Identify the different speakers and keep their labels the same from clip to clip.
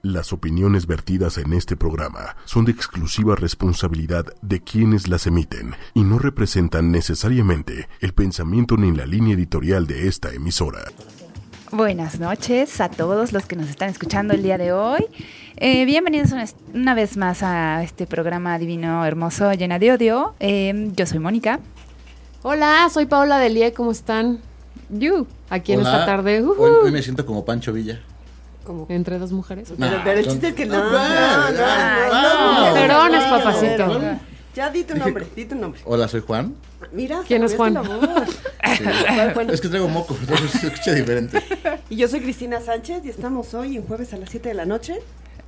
Speaker 1: Las opiniones vertidas en este programa son de exclusiva responsabilidad de quienes las emiten y no representan necesariamente el pensamiento ni la línea editorial de esta emisora.
Speaker 2: Buenas noches a todos los que nos están escuchando el día de hoy. Eh, bienvenidos una, una vez más a este programa divino, hermoso, llena de odio. Eh, yo soy Mónica.
Speaker 3: Hola, soy Paola Delie, ¿cómo están?
Speaker 2: You.
Speaker 3: Aquí en
Speaker 4: Hola.
Speaker 3: esta tarde, ujú.
Speaker 4: Hoy, hoy me siento como Pancho Villa.
Speaker 5: Como-
Speaker 3: entre dos mujeres.
Speaker 4: Nah,
Speaker 5: pero, pero el
Speaker 4: son-
Speaker 5: chiste es que no.
Speaker 4: Ah,
Speaker 5: no,
Speaker 4: ah,
Speaker 5: no,
Speaker 4: ah,
Speaker 5: no,
Speaker 4: ah,
Speaker 5: no,
Speaker 3: Perdón, es
Speaker 5: no,
Speaker 3: papacito.
Speaker 5: no. Ya di tu
Speaker 4: Dije-
Speaker 5: nombre, di tu nombre.
Speaker 4: Hola, soy Juan.
Speaker 5: Mira, hasta
Speaker 3: ¿Quién es
Speaker 5: cambiaste
Speaker 3: Juan?
Speaker 5: la voz. ¿Cuál Juan?
Speaker 4: Es que traigo moco, entonces se escucha diferente.
Speaker 5: Y yo soy Cristina Sánchez y estamos hoy en jueves a las 7 de la noche.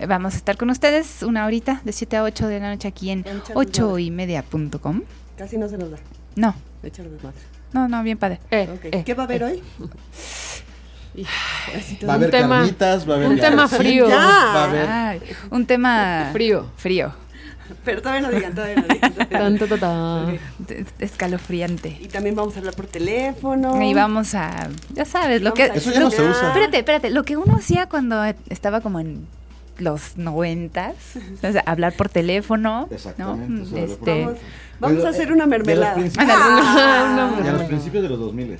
Speaker 2: Eh, Vamos a estar con ustedes una horita de 7 a 8 de la noche aquí en
Speaker 5: Échanos
Speaker 2: 8
Speaker 5: madre.
Speaker 2: y media.com.
Speaker 5: Casi no se nos da.
Speaker 2: No,
Speaker 5: Échale desmadre.
Speaker 2: no, no, bien padre.
Speaker 3: Eh,
Speaker 5: Ok,
Speaker 3: eh,
Speaker 5: ¿Qué va a haber
Speaker 3: eh.
Speaker 5: hoy?
Speaker 4: Va a haber
Speaker 3: tema-
Speaker 4: carnitas, va a haber
Speaker 3: un tema
Speaker 4: gancitos,
Speaker 3: frío.
Speaker 4: Va a haber
Speaker 2: Ay, un tema
Speaker 3: Frío.
Speaker 2: frío,
Speaker 5: Pero todavía no digan, todavía no digan. todavía no.
Speaker 3: Tan, ta, ta, ta.
Speaker 2: de- escalofriante.
Speaker 5: Y también vamos a hablar por teléfono.
Speaker 2: Y vamos a, ya sabes, lo
Speaker 5: Vamos
Speaker 2: que...
Speaker 5: a
Speaker 4: Eso ya no se
Speaker 5: cocinar.
Speaker 4: usa.
Speaker 2: Espérate, espérate, lo que uno hacía cuando e-, estaba como en los noventas, o sea, hablar por teléfono,
Speaker 4: Exactamente,
Speaker 2: ¿no?
Speaker 4: eso era lo que-
Speaker 2: Este,
Speaker 5: Vamos, vamos
Speaker 4: Bueno,
Speaker 5: a hacer una
Speaker 4: eh, de los
Speaker 5: mermelada.
Speaker 4: principios-
Speaker 3: Ah,
Speaker 4: Y a
Speaker 3: no,
Speaker 4: los principios de los 2000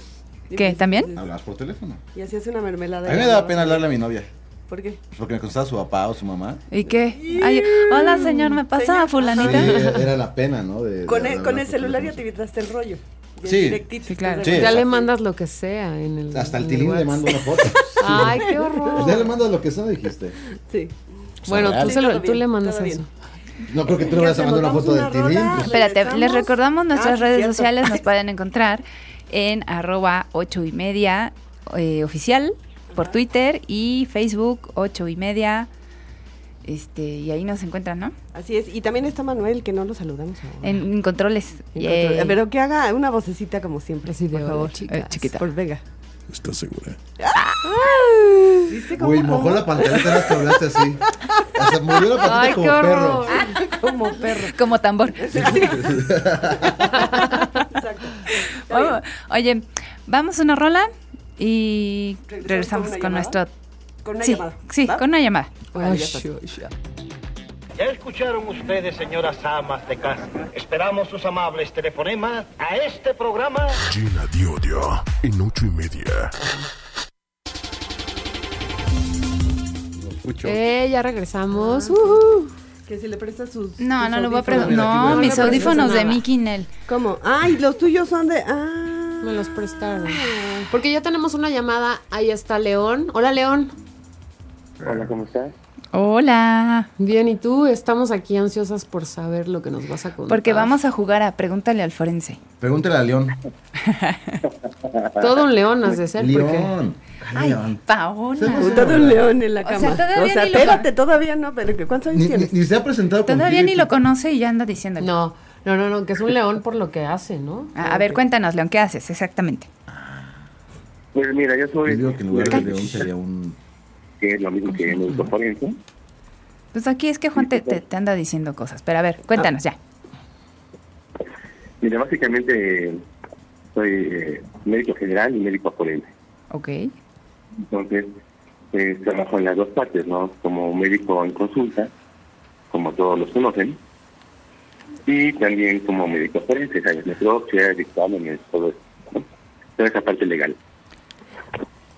Speaker 2: ¿Qué, también?
Speaker 4: hablabas por teléfono.
Speaker 5: Y así hace una mermelada.
Speaker 4: A mí me daba pena hablarle a mi novia,
Speaker 5: ¿Por qué?
Speaker 4: pues porque me contestaba su papá o su mamá.
Speaker 2: ¿y qué? Ay, hola señor, ¿me pasa
Speaker 5: Señor.
Speaker 4: Sí,
Speaker 2: fulanita?
Speaker 4: e- era la pena, ¿no? De-
Speaker 5: Con
Speaker 4: de
Speaker 5: el,
Speaker 4: hablar
Speaker 5: con
Speaker 4: por
Speaker 5: el celular ya
Speaker 4: teléfono.
Speaker 5: te evitaste el rollo. Ya
Speaker 4: Sí.
Speaker 5: directito.
Speaker 2: Sí, claro.
Speaker 5: ¿estás de
Speaker 4: Sí.
Speaker 3: Ya
Speaker 5: acuerdo?
Speaker 3: le mandas lo que sea en el.
Speaker 4: Hasta el
Speaker 3: en
Speaker 4: tilín le
Speaker 3: WhatsApp.
Speaker 4: mando una foto. Sí.
Speaker 3: Ay, qué
Speaker 4: Ya le
Speaker 3: horror.
Speaker 4: mandas lo que sea, dijiste.
Speaker 5: Sí.
Speaker 3: Bueno,
Speaker 4: Sabrás.
Speaker 3: tú, se
Speaker 5: Sí,
Speaker 3: lo-
Speaker 5: todo
Speaker 3: tú le
Speaker 5: bien,
Speaker 3: mandas
Speaker 5: todo
Speaker 3: eso.
Speaker 5: bien.
Speaker 4: No creo que tú le vayas a mandar una
Speaker 5: ¿Hacemos
Speaker 4: foto del
Speaker 5: una
Speaker 4: tilín.
Speaker 5: rola?
Speaker 4: pues.
Speaker 2: Espérate, les
Speaker 5: ¿Regresamos?
Speaker 2: recordamos
Speaker 5: Ah,
Speaker 2: nuestras
Speaker 5: sí,
Speaker 2: redes
Speaker 5: cierto.
Speaker 2: sociales, nos pueden encontrar en arroba ocho y media eh, oficial por Twitter y Facebook ocho y media, este, y ahí nos encuentran, ¿no?
Speaker 5: Así es. Y también está Manuel, que no lo saludamos ahora.
Speaker 2: En, en controles.
Speaker 5: Encontró-
Speaker 2: Yay.
Speaker 5: Pero que haga una vocecita como siempre,
Speaker 3: Así de
Speaker 5: por
Speaker 3: hola,
Speaker 5: favor.
Speaker 3: chicas.
Speaker 2: Eh, chiquita.
Speaker 5: Por Vega.
Speaker 1: ¿Estás segura?
Speaker 5: ¿Viste cómo?
Speaker 4: Güey, mojó la pantaleta las que hablaste así. O sea, murió la
Speaker 3: Ay, qué
Speaker 4: pantaleta como perro.
Speaker 3: horror.
Speaker 5: Como perro.
Speaker 2: Como tambor.
Speaker 5: Exacto. Está bien.
Speaker 2: Oh, oye, vamos a una rola y
Speaker 5: ¿Regresamos
Speaker 2: regresamos
Speaker 5: con
Speaker 2: con,
Speaker 5: una
Speaker 2: nuestro...
Speaker 5: llamada? Con una
Speaker 2: sí,
Speaker 5: llamada.
Speaker 2: sí,
Speaker 5: ¿va?
Speaker 2: con una llamada.
Speaker 5: Órale,
Speaker 3: Ay,
Speaker 5: ya estás.
Speaker 3: ay, ay.
Speaker 6: Ya escucharon ustedes, señoras amas de casa. Esperamos sus amables telefonemas a este programa.
Speaker 1: Llena de odio en ocho y media.
Speaker 4: Mucho.
Speaker 3: Eh, ya
Speaker 5: Ah,
Speaker 3: regresamos. ujú.
Speaker 5: Que si le prestas sus.
Speaker 2: No,
Speaker 5: tus
Speaker 2: no lo voy a
Speaker 5: audífonos.
Speaker 2: preguntar.
Speaker 4: Mira, aquí
Speaker 2: No,
Speaker 4: voy
Speaker 2: mis
Speaker 4: a-
Speaker 3: No le prestes
Speaker 2: audífonos de
Speaker 3: nada.
Speaker 2: Mickey Nell.
Speaker 5: ¿Cómo? Ay, los tuyos son de. Ah.
Speaker 3: Me los prestaron. Porque ya tenemos una llamada. Ahí está León. Hola, León.
Speaker 7: Hola, ¿cómo estás?
Speaker 2: Hola.
Speaker 3: Bien, ¿y tú? Estamos aquí ansiosas por saber lo que nos vas a contar.
Speaker 2: Porque vamos a jugar a Pregúntale al Forense.
Speaker 4: Pregúntale a León.
Speaker 3: Todo un león has de ser. Porque...
Speaker 4: León. León.
Speaker 2: Paola.
Speaker 4: Sí.
Speaker 5: Todo un león en la
Speaker 2: O sea,
Speaker 5: cama.
Speaker 2: todavía
Speaker 5: O sea,
Speaker 2: ni lo-
Speaker 5: espérate, todavía no, pero que ¿cuántos años
Speaker 4: Ni, ni-
Speaker 5: tienes?
Speaker 4: ni se ha presentado
Speaker 2: Todavía
Speaker 4: contigo y
Speaker 2: ni lo
Speaker 4: tú-
Speaker 2: conoce y ya anda diciendo.
Speaker 3: No, no, no, no, que es un león por lo que hace, ¿no?
Speaker 2: Ah, A, a ver,
Speaker 3: Ok.
Speaker 2: cuéntanos, León, ¿qué haces exactamente?
Speaker 7: Pues mira, yo soy...
Speaker 4: Yo digo que en lugar de León sería un.
Speaker 7: Que es lo mismo que en el forense.
Speaker 2: Pues aquí es que Juan te, te- te anda diciendo cosas. Pero a ver, cuéntanos
Speaker 5: Ah.
Speaker 2: ya.
Speaker 7: Mira, básicamente soy eh, médico general y médico forense.
Speaker 2: Ok.
Speaker 7: Entonces, eh, trabajo en las dos partes, ¿no? Como médico en consulta, como todos los conocen, y también como médico forense, ¿sabes? Necropsia, dictámenes, todo eso, ¿no? Toda esa parte legal.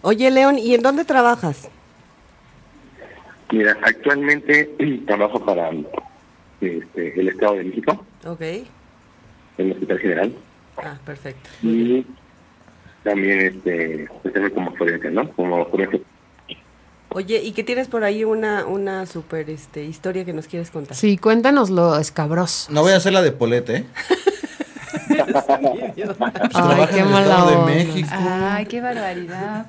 Speaker 5: Oye, León, ¿y en dónde trabajas?
Speaker 7: Mira, actualmente trabajo para este, el Estado de México,
Speaker 5: Ok.
Speaker 7: en el Hospital General.
Speaker 5: Ah, perfecto.
Speaker 7: y también este ejerce como forense, ¿no? Como este. forense.
Speaker 5: Oye, ¿y que tienes por ahí una, una super este, historia que nos quieres contar?
Speaker 3: Sí, cuéntanoslo, escabroso.
Speaker 4: No voy a hacer la de Polete, ¿eh? Pues
Speaker 3: Ay,
Speaker 4: trabaja
Speaker 3: qué
Speaker 4: en el
Speaker 3: mala
Speaker 4: Estado de
Speaker 3: onda.
Speaker 4: México.
Speaker 2: Ay, qué barbaridad.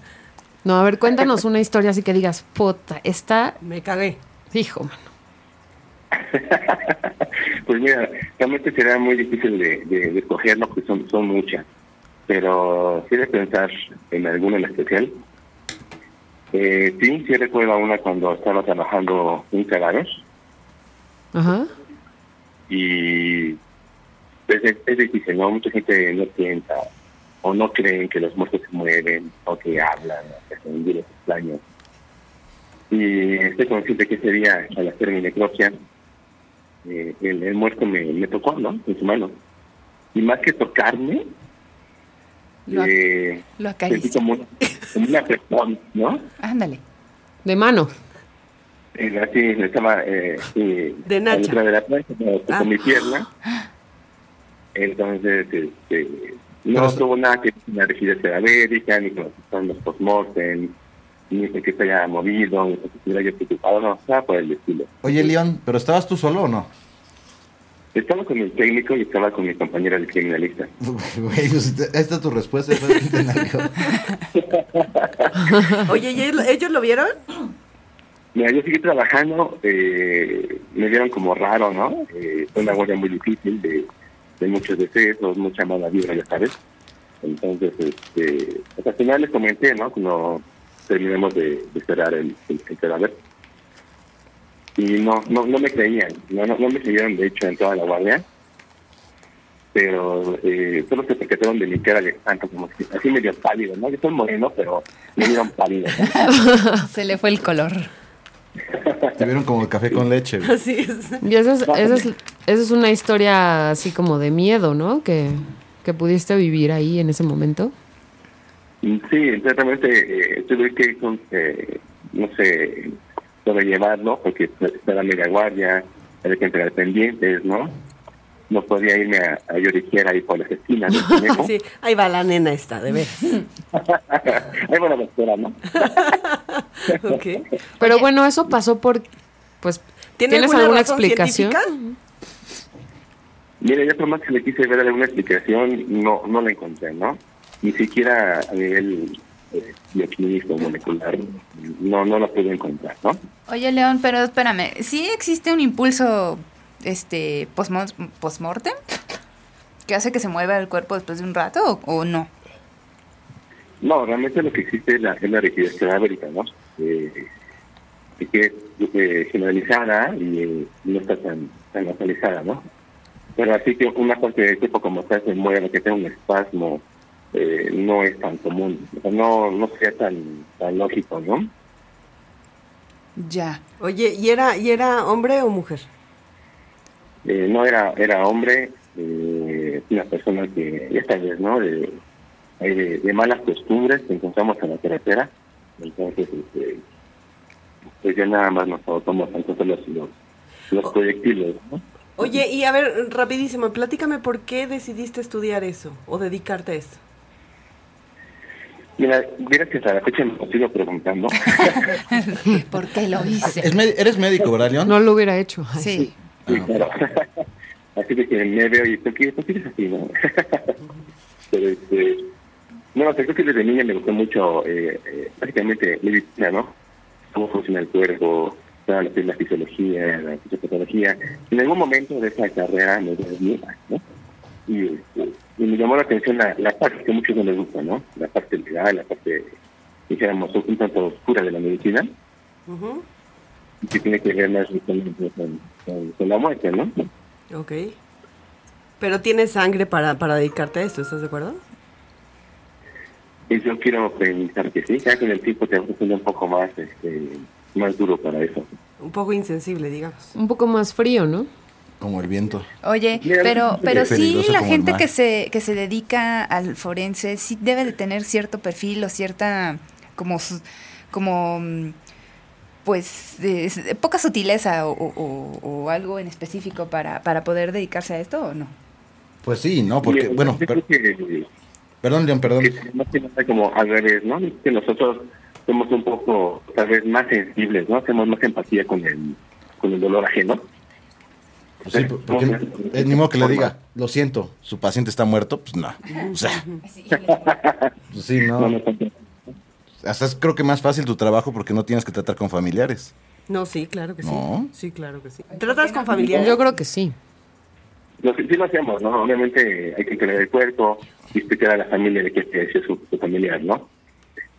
Speaker 3: No, a ver, cuéntanos una historia así que digas, puta, esta,
Speaker 5: Me cagué.
Speaker 3: hijo, mano.
Speaker 7: pues mira, realmente será muy difícil de, de, de escogerlo porque son, son muchas. Pero si de pensar en alguna en especial, eh, sí, sí recuerdo a una cuando estaba trabajando un cadáver
Speaker 3: Ajá.
Speaker 7: y pues, es, es difícil, ¿no? Mucha gente no piensa o no creen que los muertos se mueven o que hablan o que son virus extraños. Y estoy consciente que ese día, al hacer mi necropsia, eh, el, el muerto me, me tocó, ¿no? En su mano. Y más que tocarme,
Speaker 2: Lo, ac-
Speaker 7: eh,
Speaker 2: lo
Speaker 7: sentí
Speaker 2: acaricia.
Speaker 7: como, un- como una presión, ¿no?
Speaker 2: Ándale.
Speaker 3: De mano.
Speaker 7: Eh, así me estaba eh, eh,
Speaker 5: De nacha.
Speaker 7: adentro de la plancha, me tocó
Speaker 5: Ah.
Speaker 7: mi pierna. Entonces, este,
Speaker 4: Pero
Speaker 7: no
Speaker 4: eso-
Speaker 7: tuvo nada que ver con la rigidez cadavérica, ni con con los postmortem, ni que se haya movido, ni que se hubiera yo preocupado, no, nada por el estilo.
Speaker 4: Oye, León, ¿pero estabas tú solo o no?
Speaker 7: Estaba con el técnico y estaba con mi compañera del criminalista.
Speaker 4: Güey, pues, esta es tu respuesta. es realmente naco.
Speaker 5: Oye, ¿y ellos, ellos lo vieron?
Speaker 7: Mira, yo seguí trabajando, eh, me vieron como raro, ¿no? Eh, fue una huella muy difícil de, de muchos decesos, mucha mala vibra, ya sabes. Entonces, este, hasta al final les comenté, ¿no? Cuando terminemos de, de cerrar el, el, el cadáver. Y no, no, no me creían, no, no, no me creyeron, de hecho, en toda la guardia. Pero eh, solo se percataron de mi cara de espanto, como que así medio pálido, ¿no? Yo soy moreno, pero me vieron pálido, ¿no?
Speaker 2: Se le fue el color.
Speaker 4: Te vieron como el café con leche. güey.
Speaker 5: Así es.
Speaker 3: Y esa es, esa es, esa es una historia así como de miedo, ¿no? Que, que pudiste vivir ahí en ese momento.
Speaker 7: Sí, exactamente. eh, tuve que, con- eh, no sé, sobrellevarlo porque estaba media guardia, había que entregar pendientes, ¿no? No podía irme a, a lloriquear ahí por las esquinas. ¿no?
Speaker 5: Sí, ahí va la nena esta, de veras.
Speaker 7: Ahí va la doctora, ¿no?
Speaker 5: Ok.
Speaker 3: Pero bueno, eso pasó por, pues,
Speaker 5: ¿Tiene
Speaker 3: ¿tienes
Speaker 5: alguna
Speaker 3: alguna
Speaker 5: razón
Speaker 3: explicación?
Speaker 5: científica?
Speaker 7: Mira, yo por más que le quise ver alguna explicación, no no la encontré, ¿no? Ni siquiera a nivel eh, bioquímico, molecular, no, no la pude encontrar, ¿no?
Speaker 2: Oye, León, pero espérame, ¿sí existe un impulso este postmo- postmortem que hace que se mueva el cuerpo después de un rato o, o no?
Speaker 7: No, realmente lo que existe es la, es la rigidez cadavérica, ¿no? Eh, que es eh, generalizada y eh, no está tan, tan localizada, ¿no? Pero así que una parte del cuerpo como tal se mueve, que tenga un espasmo, eh, no es tan común, O sea, no, no sea tan, tan lógico, ¿no?
Speaker 2: Ya.
Speaker 5: Oye, ¿y era, ¿y era hombre o mujer?
Speaker 7: Eh, no era, era hombre, eh, una persona que, ya sabes, ¿no? De, hay de, de malas costumbres que encontramos en la carretera. Entonces, este, pues ya nada más nos tomamos entonces los, los, los proyectiles, ¿no?
Speaker 5: Oye, y a ver, rapidísimo, platícame por qué decidiste estudiar eso o dedicarte a eso.
Speaker 7: Mira, mira que hasta la fecha me lo sigo preguntando.
Speaker 2: ¿Por qué lo hice?
Speaker 4: Es me- eres médico, ¿verdad, León?
Speaker 3: No lo hubiera hecho. Ay,
Speaker 2: Sí.
Speaker 7: Sí, claro. así de que me veo y ¿por qué, por qué eres así, no? Pero este, no, o sea, creo que desde niña me gustó mucho, eh, eh, básicamente, medicina, ¿no? Cómo funciona el cuerpo, toda la, la fisiología, la fisiopatología. En algún momento de esa carrera me dio ¿no? Y, este, y me llamó la atención la, la parte que a muchos no les gusta, ¿no? La parte legal, la parte, dijéramos, un tanto oscura de la medicina
Speaker 5: Ujú,
Speaker 7: que tiene que ver más justamente con, con- con la muerte, ¿no?
Speaker 5: Ok. Pero tienes sangre para, para dedicarte a esto, ¿estás de acuerdo?
Speaker 7: Y yo quiero pensar que sí, ya que en el tiempo te vas haciendo un poco más, este, más duro para eso.
Speaker 5: Un poco insensible, digamos.
Speaker 3: Un poco más frío, ¿no?
Speaker 4: Como el viento.
Speaker 2: Oye,
Speaker 7: Mira,
Speaker 2: pero,
Speaker 7: qué
Speaker 2: pero sí
Speaker 4: peligroso
Speaker 2: la
Speaker 4: como
Speaker 2: gente
Speaker 4: el mar.
Speaker 2: que se, que se dedica al forense sí debe de tener cierto perfil o cierta como su- como mm, pues eh, s- poca sutileza o, o- o- o algo en específico para, para poder dedicarse a esto o no.
Speaker 4: Pues sí, ¿no? Porque,
Speaker 7: Y, eh,
Speaker 4: bueno,
Speaker 7: yo
Speaker 4: per-
Speaker 7: creo que,
Speaker 4: perdón, León, perdón.
Speaker 7: que más que nada como al revés, ¿no? Que nosotros somos un poco, tal vez, más sensibles, ¿no? Hacemos más empatía con el, con el dolor ajeno.
Speaker 4: Pues sí, por- porque, eh, ni modo que le diga, lo siento, su paciente está muerto, pues no. O sea, pues sí,
Speaker 7: No,
Speaker 4: no.
Speaker 7: no tanto.
Speaker 4: Hasta es creo que más fácil tu trabajo porque no tienes que tratar con familiares.
Speaker 5: No, sí, claro que sí.
Speaker 4: No.
Speaker 5: Sí, claro que sí. ¿Tratas con familiares?
Speaker 3: Yo creo que sí.
Speaker 7: Lo que sí lo hacemos, ¿no? Obviamente hay que entregar el cuerpo, explicar a la familia de que este es su, su familiar, ¿no?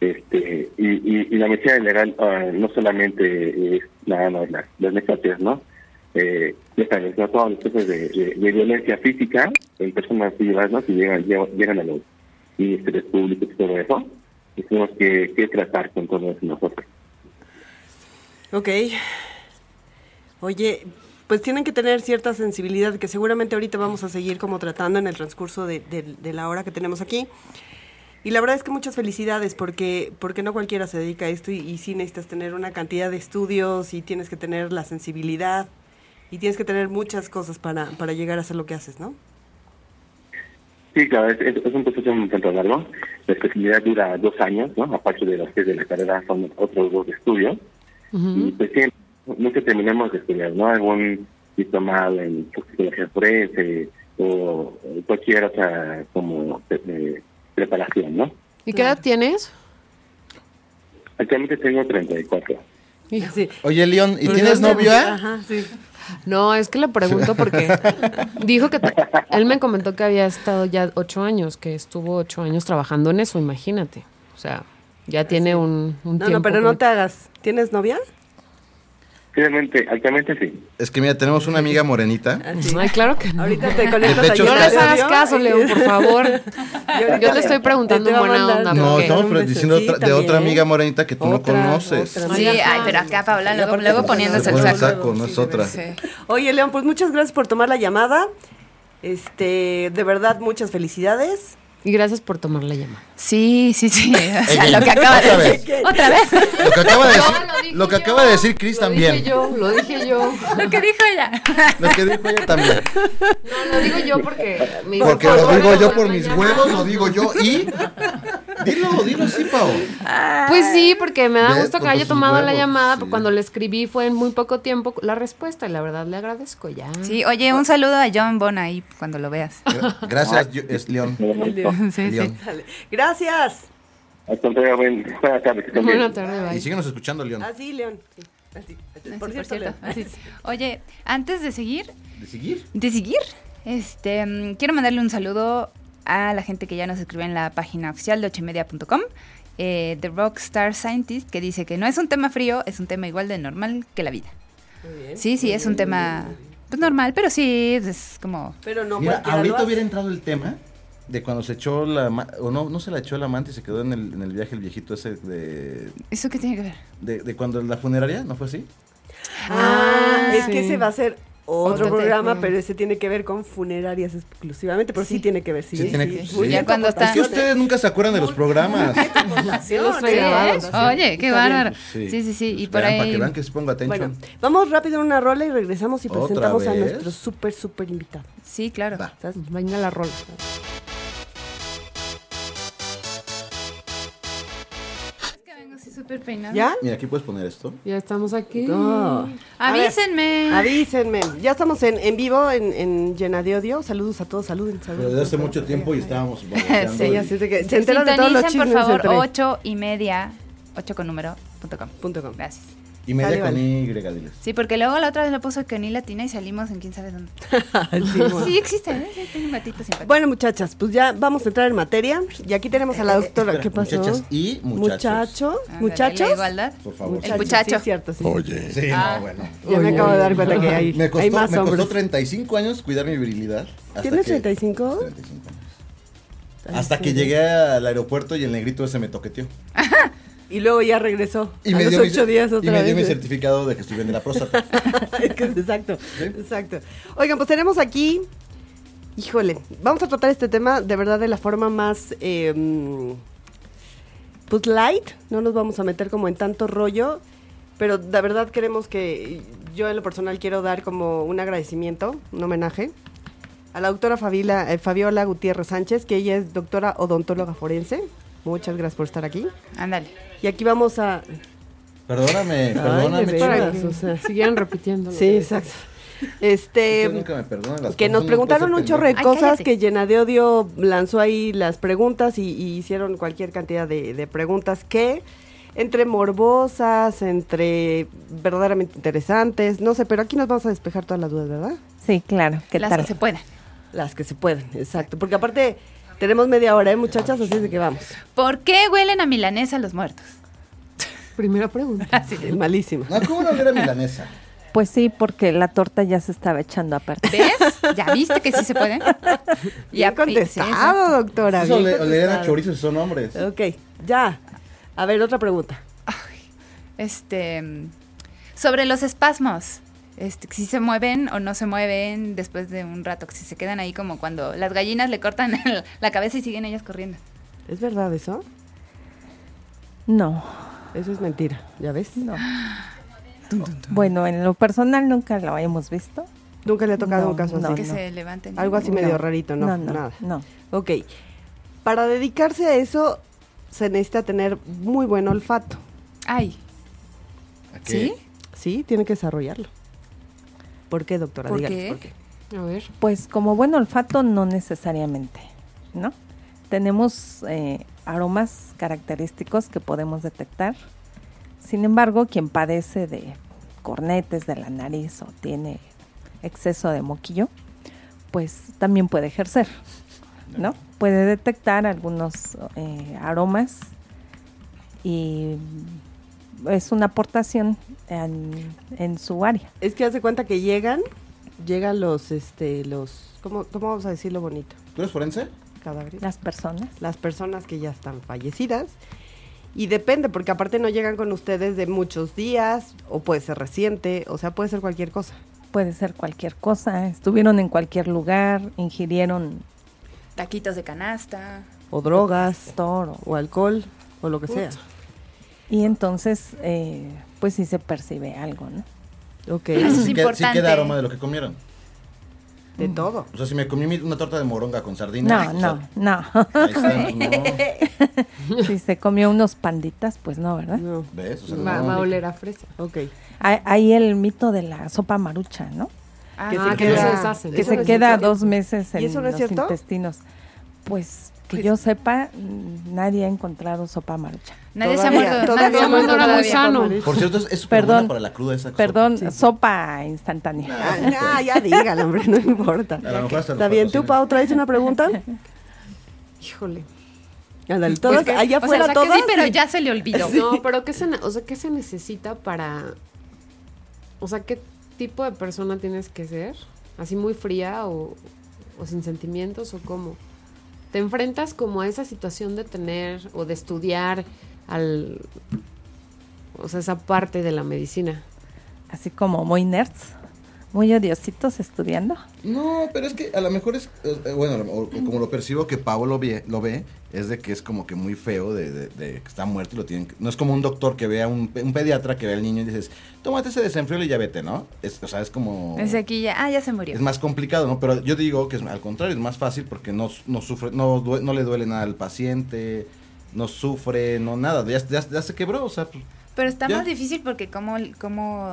Speaker 7: Este, y, y, y la medicina legal ah, no solamente es nada más las, las necropsias, ¿no? Eh, ya sabes, ¿no? Todas las cosas de, de- de violencia física en personas vivas, ¿no? Que llegan, llegan llegan a los ministerios públicos y todo eso, y tenemos que, que tratar con todo eso nosotros.
Speaker 5: Ok. Oye, pues tienen que tener cierta sensibilidad que seguramente ahorita vamos a seguir como tratando en el transcurso de, de- de la hora que tenemos aquí. Y la verdad es que muchas felicidades porque, porque no cualquiera se dedica a esto y, y sí necesitas tener una cantidad de estudios y tienes que tener la sensibilidad y tienes que tener muchas cosas para, para llegar a hacer lo que haces, ¿no?
Speaker 7: Sí, claro, es, es- es un proceso un tanto largo. La especialidad dura dos años, ¿no? Aparte de los tres de la carrera, son otros dos de estudio. Y pues sí, nunca terminamos de estudiar, ¿no? Algún diplomado en psicología forense o o cualquier otra como eh, preparación, ¿no?
Speaker 3: ¿Y qué edad tienes?
Speaker 7: Actualmente tengo 34.
Speaker 5: Sí.
Speaker 4: Oye, León, ¿y
Speaker 5: Pero
Speaker 4: tienes
Speaker 5: no-
Speaker 4: novia?
Speaker 5: Ajá, sí.
Speaker 3: No, es que le pregunto porque dijo que te- él me comentó que había estado ya ocho años, que estuvo ocho años trabajando en eso, imagínate. O sea, ya tiene un, un
Speaker 5: No,
Speaker 3: tiempo.
Speaker 5: no, pero no te hagas. ¿Tienes novia?
Speaker 7: Realmente, actualmente sí.
Speaker 4: Es que mira, tenemos una amiga morenita.
Speaker 5: Así.
Speaker 3: Ay, claro que no.
Speaker 5: Ahorita te conectas
Speaker 4: De hecho,
Speaker 3: No
Speaker 5: allí al
Speaker 3: les hagas
Speaker 5: radio
Speaker 3: caso,
Speaker 5: y-
Speaker 3: León, por favor.
Speaker 5: ahorita
Speaker 3: Yo te
Speaker 5: le-
Speaker 3: estoy preguntando
Speaker 5: te va a
Speaker 3: en buena
Speaker 5: mandar-
Speaker 3: onda,
Speaker 5: te va a
Speaker 4: No,
Speaker 3: ok.
Speaker 5: mandar
Speaker 4: estamos
Speaker 5: un
Speaker 4: pero diciendo
Speaker 5: besito,
Speaker 4: otra- de otra
Speaker 5: también.
Speaker 4: amiga morenita que tú no
Speaker 5: Otra,
Speaker 4: conoces.
Speaker 5: otra.
Speaker 2: Sí,
Speaker 5: Ajá.
Speaker 2: ay, pero acá Paola, luego,
Speaker 5: aparte
Speaker 2: luego
Speaker 5: se
Speaker 2: poniéndose el
Speaker 5: pone
Speaker 4: Bueno,
Speaker 5: el
Speaker 2: saco.
Speaker 5: saco,
Speaker 4: no
Speaker 5: sí,
Speaker 4: es
Speaker 5: de
Speaker 4: otra.
Speaker 2: Sí.
Speaker 5: Oye, León, pues muchas gracias por tomar la llamada. Este, de verdad, muchas felicidades.
Speaker 3: Y gracias por tomar la llamada.
Speaker 2: Sí, sí, sí. O sea,
Speaker 4: Ella.
Speaker 2: lo que acaba
Speaker 4: Otra
Speaker 2: de
Speaker 4: vez.
Speaker 2: decir. Otra vez.
Speaker 4: Lo que acaba de decir, Pues, lo que acaba de decir Chris también.
Speaker 3: yo, lo dije yo.
Speaker 2: Lo que dijo ella.
Speaker 4: Lo que dijo ella también.
Speaker 3: No, lo digo yo porque... mi-
Speaker 4: Porque
Speaker 3: por
Speaker 4: lo
Speaker 3: favor,
Speaker 4: digo yo
Speaker 3: tomar
Speaker 4: por
Speaker 3: la
Speaker 4: mis
Speaker 3: llamada.
Speaker 4: huevos, lo digo yo y. Dilo, dilo así, Pau.
Speaker 3: Pues sí, porque me da
Speaker 4: Ve,
Speaker 3: gusto que
Speaker 4: por
Speaker 3: haya
Speaker 4: sus
Speaker 3: tomado la
Speaker 4: huevos,
Speaker 3: llamada,
Speaker 4: sí.
Speaker 3: porque cuando le escribí fue en muy poco tiempo la respuesta y la verdad le agradezco ya.
Speaker 2: Sí, oye, un saludo a John Bon ahí cuando lo veas.
Speaker 4: Gra- Gracias, yo- es León.
Speaker 7: Me da gusto.
Speaker 2: Sí, sí.
Speaker 4: León.
Speaker 5: Sale. Gracias.
Speaker 7: Al contrario, buen- buenas tardes. que estén bien.
Speaker 3: Buena tarde,
Speaker 4: Y
Speaker 3: bye.
Speaker 4: síguenos escuchando, León.
Speaker 2: Ah,
Speaker 5: Así, León. Ah, Sí, así. Por
Speaker 2: Sí,
Speaker 5: cierto, León.
Speaker 2: así es. Oye, antes de seguir,
Speaker 4: ¿De seguir?
Speaker 2: de seguir, este, mm, quiero mandarle un saludo a la gente que ya nos escribe en la página oficial de ochimedia.com, eh, The Rockstar Scientist, que dice que no es un tema frío, es un tema igual de normal que la vida.
Speaker 5: Muy bien.
Speaker 2: Sí, sí, es un tema pues, normal, pero sí, es como...
Speaker 5: Pero no
Speaker 4: Mira,
Speaker 5: cualquiera lo
Speaker 4: ahorita
Speaker 5: hace.
Speaker 4: hubiera entrado el tema de cuando se echó la. ma- O no, no se la echó la amante y se quedó en el, en el viaje el viejito ese de,
Speaker 2: ¿Eso qué tiene que ver?
Speaker 4: de. de cuando la funeraria, ¿no fue así?
Speaker 5: Ah,
Speaker 3: Ah,
Speaker 5: es
Speaker 3: sí.
Speaker 5: que ese va a ser otro,
Speaker 3: Otro
Speaker 5: programa,
Speaker 3: tema.
Speaker 5: pero ese tiene que ver con funerarias exclusivamente, pero sí,
Speaker 2: Sí.
Speaker 5: tiene que ver, sí.
Speaker 4: Sí, tiene que-
Speaker 5: Muy
Speaker 4: sí.
Speaker 5: bien,
Speaker 2: Ya cuando
Speaker 5: aportación.
Speaker 4: Es que ustedes nunca se acuerdan de los programas.
Speaker 3: Sí, los
Speaker 5: Sí,
Speaker 3: trae
Speaker 5: ¿eh?
Speaker 3: grabados.
Speaker 2: Oye, qué
Speaker 5: Está bien.
Speaker 2: bárbaro. Sí, sí, sí. Y
Speaker 4: Pues
Speaker 2: por
Speaker 4: vean, Para
Speaker 2: ahí...
Speaker 4: que vean que se pongo
Speaker 5: Bueno,
Speaker 4: atención.
Speaker 5: vamos rápido a una rola y regresamos y
Speaker 4: ¿Otra
Speaker 5: presentamos a
Speaker 4: vez?
Speaker 5: nuestro súper, súper invitado.
Speaker 2: Sí, claro.
Speaker 4: Va.
Speaker 5: ¿Estás?
Speaker 3: Venga la rola.
Speaker 2: Es que vengo así súper peinada.
Speaker 5: ¿Ya?
Speaker 4: Mira, aquí puedes poner esto.
Speaker 3: Ya estamos aquí.
Speaker 5: No.
Speaker 2: Avísenme.
Speaker 5: Avísenme. Ya estamos en, en vivo en, en Llena de Odio. Saludos a todos, saluden, saluden.
Speaker 4: Pero desde hace mucho tiempo y estábamos. baboseando
Speaker 2: Sí,
Speaker 5: Sí,
Speaker 4: y-
Speaker 5: así es de que se enteran de todos los
Speaker 2: Sintonicen, por
Speaker 5: chismes.
Speaker 2: favor,
Speaker 5: entre-
Speaker 2: ocho y media, ocho con número, punto com.
Speaker 5: Punto com.
Speaker 2: Gracias.
Speaker 4: Y media
Speaker 5: Vale,
Speaker 4: con
Speaker 5: vale.
Speaker 4: Y, diles.
Speaker 2: Sí, porque luego la otra vez lo puso que ni latina y salimos en quién sabe dónde.
Speaker 5: Ah, Sí, bueno.
Speaker 2: Sí, existe, ¿eh? Sí, Tiene un gatito simpático.
Speaker 5: Bueno, muchachas, pues ya vamos a entrar en materia. Y aquí tenemos a la doctora. ¿Qué pasó?
Speaker 4: Eh, Muchachas y muchachos.
Speaker 5: Muchacho,
Speaker 2: Ándale,
Speaker 5: muchachos.
Speaker 2: La igualdad.
Speaker 4: Por favor.
Speaker 2: El muchacho.
Speaker 5: Sí, cierto, sí.
Speaker 1: Oye,
Speaker 4: Sí, no, bueno.
Speaker 5: Ya me acabo de dar cuenta que hay,
Speaker 4: Me costó,
Speaker 5: hay más
Speaker 4: me costó
Speaker 5: hombres.
Speaker 4: 35 años cuidar mi virilidad. hasta
Speaker 5: ¿Tienes
Speaker 4: que-
Speaker 5: 35?
Speaker 4: 35 años. Hasta que llegué al aeropuerto y el negrito ese me toqueteó.
Speaker 5: Y luego ya regresó.
Speaker 4: Y
Speaker 5: a
Speaker 4: me
Speaker 5: los
Speaker 4: dio, mi,
Speaker 5: ocho días otra
Speaker 4: y me dio mi
Speaker 5: vez.
Speaker 4: certificado de que estoy bien de la próstata.
Speaker 5: Es que es exacto, exacto. Oigan, pues tenemos aquí, híjole, vamos a tratar este tema de verdad de la forma más, eh, mm, pues light, no nos vamos a meter como en tanto rollo, pero de verdad queremos que, yo en lo personal quiero dar como un agradecimiento, un homenaje a la doctora Fabila- eh, Fabiola Gutiérrez Sánchez, que ella es doctora odontóloga forense. Muchas gracias por estar aquí.
Speaker 2: Ándale.
Speaker 5: Y aquí vamos a...
Speaker 4: Perdóname, perdóname.
Speaker 5: de
Speaker 4: chica.
Speaker 3: Para
Speaker 5: veras.
Speaker 3: que
Speaker 5: o sea.
Speaker 3: siguieran repitiendo.
Speaker 5: Sí, exacto. Este...
Speaker 4: Ustedes nunca me perdonan las
Speaker 5: Que
Speaker 4: cosas,
Speaker 5: nos
Speaker 4: uno
Speaker 5: preguntaron
Speaker 4: puede
Speaker 5: un
Speaker 4: ser
Speaker 5: chorro de
Speaker 2: Ay,
Speaker 5: cosas
Speaker 2: cállate.
Speaker 5: que Llena de Odio lanzó ahí las preguntas y, y hicieron cualquier cantidad de, de preguntas que entre morbosas, entre verdaderamente interesantes, no sé, pero aquí nos vamos a despejar todas las dudas, ¿verdad?
Speaker 8: Sí, claro. ¿Qué
Speaker 2: Las
Speaker 8: tal?
Speaker 2: que se puedan.
Speaker 5: Las que se pueden, exacto, porque aparte tenemos media hora, ¿eh, muchachas? Así es de que vamos.
Speaker 2: ¿Por qué huelen a milanesa los muertos?
Speaker 3: Primera pregunta.
Speaker 5: Eh, Malísima.
Speaker 4: pendejo. No, ¿cómo no era milanesa?
Speaker 8: Pues sí, porque la torta ya se estaba echando aparte.
Speaker 2: ¿Ves? ¿Ya viste que sí se pueden?
Speaker 5: Bien contestado, doctora.
Speaker 4: Eso
Speaker 5: bien
Speaker 4: le, olerían a
Speaker 5: contestado.
Speaker 4: chorizo si son hombres.
Speaker 5: Ok, ya. A ver, otra pregunta.
Speaker 2: Este. mm, Sobre los espasmos. Este, que si se mueven o no se mueven después de un rato, que si se quedan ahí como cuando las gallinas le cortan el- la cabeza y siguen ellas corriendo.
Speaker 5: ¿Es verdad eso?
Speaker 8: No.
Speaker 5: Eso es mentira, ¿ya ves?
Speaker 8: No. Bueno, en lo personal nunca lo hemos visto.
Speaker 5: Nunca le ha tocado
Speaker 8: No,
Speaker 5: un caso
Speaker 8: no,
Speaker 5: así.
Speaker 2: que
Speaker 8: no.
Speaker 2: se levanten.
Speaker 5: Algo así medio rarito, ¿no?
Speaker 8: no,
Speaker 5: Nada.
Speaker 8: no.
Speaker 5: Ok. Para dedicarse a eso se necesita tener muy buen olfato.
Speaker 2: Ay,
Speaker 4: ¿A qué?
Speaker 2: ¿sí?
Speaker 5: Sí, tiene que desarrollarlo. ¿Por qué, doctora?
Speaker 2: ¿Por
Speaker 5: Dígale,
Speaker 2: qué?
Speaker 3: A ver.
Speaker 8: Pues como buen olfato no necesariamente, ¿no? Tenemos eh, aromas característicos que podemos detectar. Sin embargo, quien padece de cornetes de la nariz o tiene exceso de moquillo, pues también puede ejercer, ¿no? Puede detectar algunos eh, aromas y es una aportación en, en su área.
Speaker 5: Es que hace cuenta que llegan, llegan los, este, los, ¿cómo, cómo vamos a decirlo bonito?
Speaker 4: ¿Tú eres forense?
Speaker 5: Cadáveres.
Speaker 8: Las personas.
Speaker 5: las personas que ya están fallecidas. Y depende, porque aparte no llegan con ustedes de muchos días, o puede ser reciente, o sea, puede ser cualquier cosa.
Speaker 8: Puede ser cualquier cosa, estuvieron en cualquier lugar, ingirieron
Speaker 2: Taquitos de canasta.
Speaker 5: O drogas,
Speaker 8: toro
Speaker 5: o alcohol, o lo que sea.
Speaker 8: y entonces eh, pues sí se percibe algo, ¿no?
Speaker 5: Ok.
Speaker 2: Eso es
Speaker 4: Sí que- Sí
Speaker 2: importante.
Speaker 4: queda aroma de lo que comieron.
Speaker 5: De todo.
Speaker 4: O sea, si me comí mi- una torta de moronga con sardinas.
Speaker 8: No,
Speaker 4: o sea,
Speaker 8: no, no.
Speaker 4: ahí está, no.
Speaker 8: si se comió unos panditas, pues no, ¿verdad?
Speaker 5: No.
Speaker 4: ¿Ves? O sea,
Speaker 3: Va,
Speaker 4: no.
Speaker 3: va a oler a fresa.
Speaker 5: Ok.
Speaker 8: Hay, hay el mito de la sopa marucha, ¿no?
Speaker 2: Ah,
Speaker 5: Que
Speaker 3: Ah,
Speaker 5: se
Speaker 3: que no
Speaker 5: queda-
Speaker 3: se deshacen.
Speaker 8: Que
Speaker 5: ¿Eso
Speaker 8: se
Speaker 5: no es
Speaker 8: queda
Speaker 5: cierto?
Speaker 8: dos meses en
Speaker 5: ¿Y eso no es
Speaker 8: los
Speaker 5: cierto?
Speaker 8: intestinos. Pues que
Speaker 2: Pues-
Speaker 8: yo sepa, mm, nadie ha encontrado sopa marucha.
Speaker 2: nadie
Speaker 5: Todavía-
Speaker 2: se ha muerto.
Speaker 5: todavía
Speaker 2: Nadie se ha
Speaker 5: no
Speaker 2: muerto
Speaker 3: era muy
Speaker 2: todavía.
Speaker 3: sano.
Speaker 4: Por cierto, es- es súper
Speaker 8: Perdón.
Speaker 4: buena para la cruda esa cosa.
Speaker 8: Perdón, sopa instantánea.
Speaker 5: Ah, ya, ya dígalo, hombre, no importa.
Speaker 4: A lo mejor hasta
Speaker 5: Está
Speaker 4: lo
Speaker 5: bien, tú,
Speaker 4: patrocinan.
Speaker 5: Pau, ¿traes una pregunta?
Speaker 3: Híjole.
Speaker 5: Ándale, todas,
Speaker 2: Pues que-
Speaker 5: allá
Speaker 2: o sea,
Speaker 5: afuera
Speaker 2: saqué
Speaker 5: todas.
Speaker 2: sí, pero ya se le olvidó.
Speaker 3: No, pero ¿qué se, ne- o sea, ¿qué se necesita para... O sea, ¿qué tipo de persona tienes que ser? ¿Así muy fría o, o sin sentimientos o cómo? ¿Te enfrentas como a esa situación de tener o de estudiar al... O sea, esa parte de la medicina?
Speaker 8: Así como muy nerds, muy odiositos estudiando.
Speaker 4: No, pero es que a lo mejor es, eh, bueno, a lo- o- o como lo percibo que Pau lo ve, lo ve, es de que es como que muy feo, de, de- de que está muerto y lo tienen que- No es como un doctor que vea, un, pe- un pediatra que ve al niño y dices, tómate ese desenfriolo y ya vete, ¿no? Es, o sea, es como...
Speaker 2: Es aquí ya. Ah, ya se murió.
Speaker 4: Es más complicado, ¿no? Pero yo digo que es, al contrario, es más fácil porque no, no sufre, no, due- no le duele nada al paciente, no sufre, no nada, ya, ya- ya se quebró, o sea, pues,
Speaker 2: Pero está
Speaker 4: Ya.
Speaker 2: más difícil porque cómo, cómo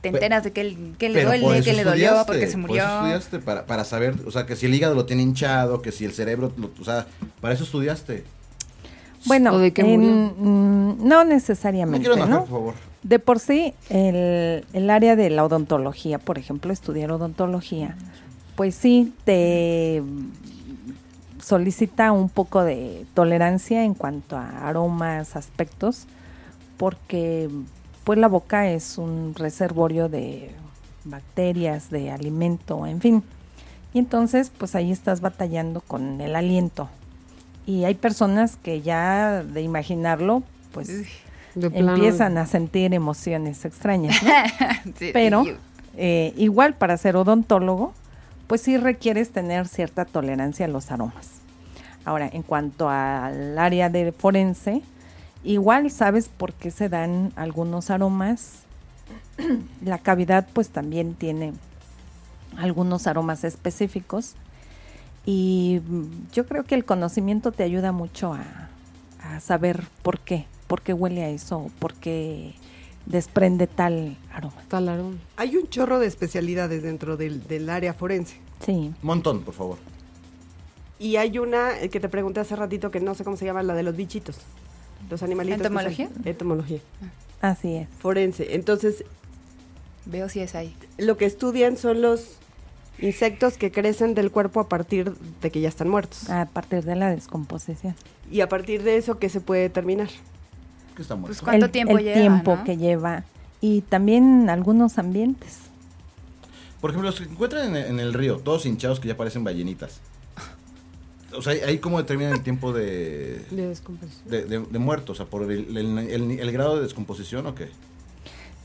Speaker 2: te
Speaker 4: Pe-
Speaker 2: enteras de que, el- que le
Speaker 4: Pero por
Speaker 2: duele,
Speaker 4: eso
Speaker 2: que le dolió,
Speaker 4: estudiaste,
Speaker 2: porque se
Speaker 4: por
Speaker 2: murió.
Speaker 4: eso estudiaste, para, para saber, o sea, que si el hígado lo tiene hinchado, que si el cerebro, lo- o sea, para eso estudiaste.
Speaker 8: Bueno,
Speaker 3: ¿O de qué
Speaker 8: en-
Speaker 3: murió?
Speaker 8: mm, no
Speaker 4: Me
Speaker 8: necesariamente,
Speaker 4: quiero enojar,
Speaker 8: ¿no?
Speaker 4: por favor.
Speaker 8: De por sí, el, el área de la odontología, por ejemplo, estudiar odontología, pues sí, te mm, solicita un poco de tolerancia en cuanto a aromas, aspectos, porque pues la boca es un reservorio de bacterias, de alimento, en fin. Y entonces, pues ahí estás batallando con el aliento. Y hay personas que ya de imaginarlo, pues
Speaker 3: De plano-
Speaker 8: empiezan a sentir emociones extrañas, ¿no?
Speaker 2: Sí,
Speaker 8: Pero
Speaker 2: sí.
Speaker 8: eh, igual para ser odontólogo, pues sí requieres tener cierta tolerancia a los aromas. Ahora, en cuanto al área de forense, igual sabes por qué se dan algunos aromas. La cavidad pues también tiene algunos aromas específicos y mm, yo creo que el conocimiento te ayuda mucho a, a saber por qué, por qué huele a eso, o por qué desprende tal aroma.
Speaker 3: Tal aroma.
Speaker 5: Hay un chorro de especialidades dentro del, del área forense.
Speaker 8: Sí.
Speaker 4: Montón, por favor.
Speaker 5: Y hay una eh, que te pregunté hace ratito que no sé cómo se llama, la de los bichitos. Los animalitos. que son-
Speaker 2: ¿Entomología?
Speaker 5: Entomología.
Speaker 8: Así es.
Speaker 5: Forense. Entonces,
Speaker 2: Veo si es ahí.
Speaker 5: lo que estudian son los insectos que crecen del cuerpo a partir de que ya están muertos.
Speaker 8: A partir de la descomposición.
Speaker 5: Y a partir de eso, ¿qué se puede determinar?
Speaker 4: Que está muerto.
Speaker 2: Pues, ¿Cuánto
Speaker 8: el,
Speaker 2: tiempo
Speaker 8: el
Speaker 2: lleva,
Speaker 8: tiempo
Speaker 2: no?
Speaker 8: que lleva. Y también algunos ambientes.
Speaker 4: Por ejemplo, los que encuentran en, en el río, todos hinchados que ya parecen ballenitas. O sea, ahí- ahí cómo determinan el tiempo de,
Speaker 3: De descompresión.
Speaker 4: de, de- de muerto, o sea, por el, el- el- el grado de descomposición o qué.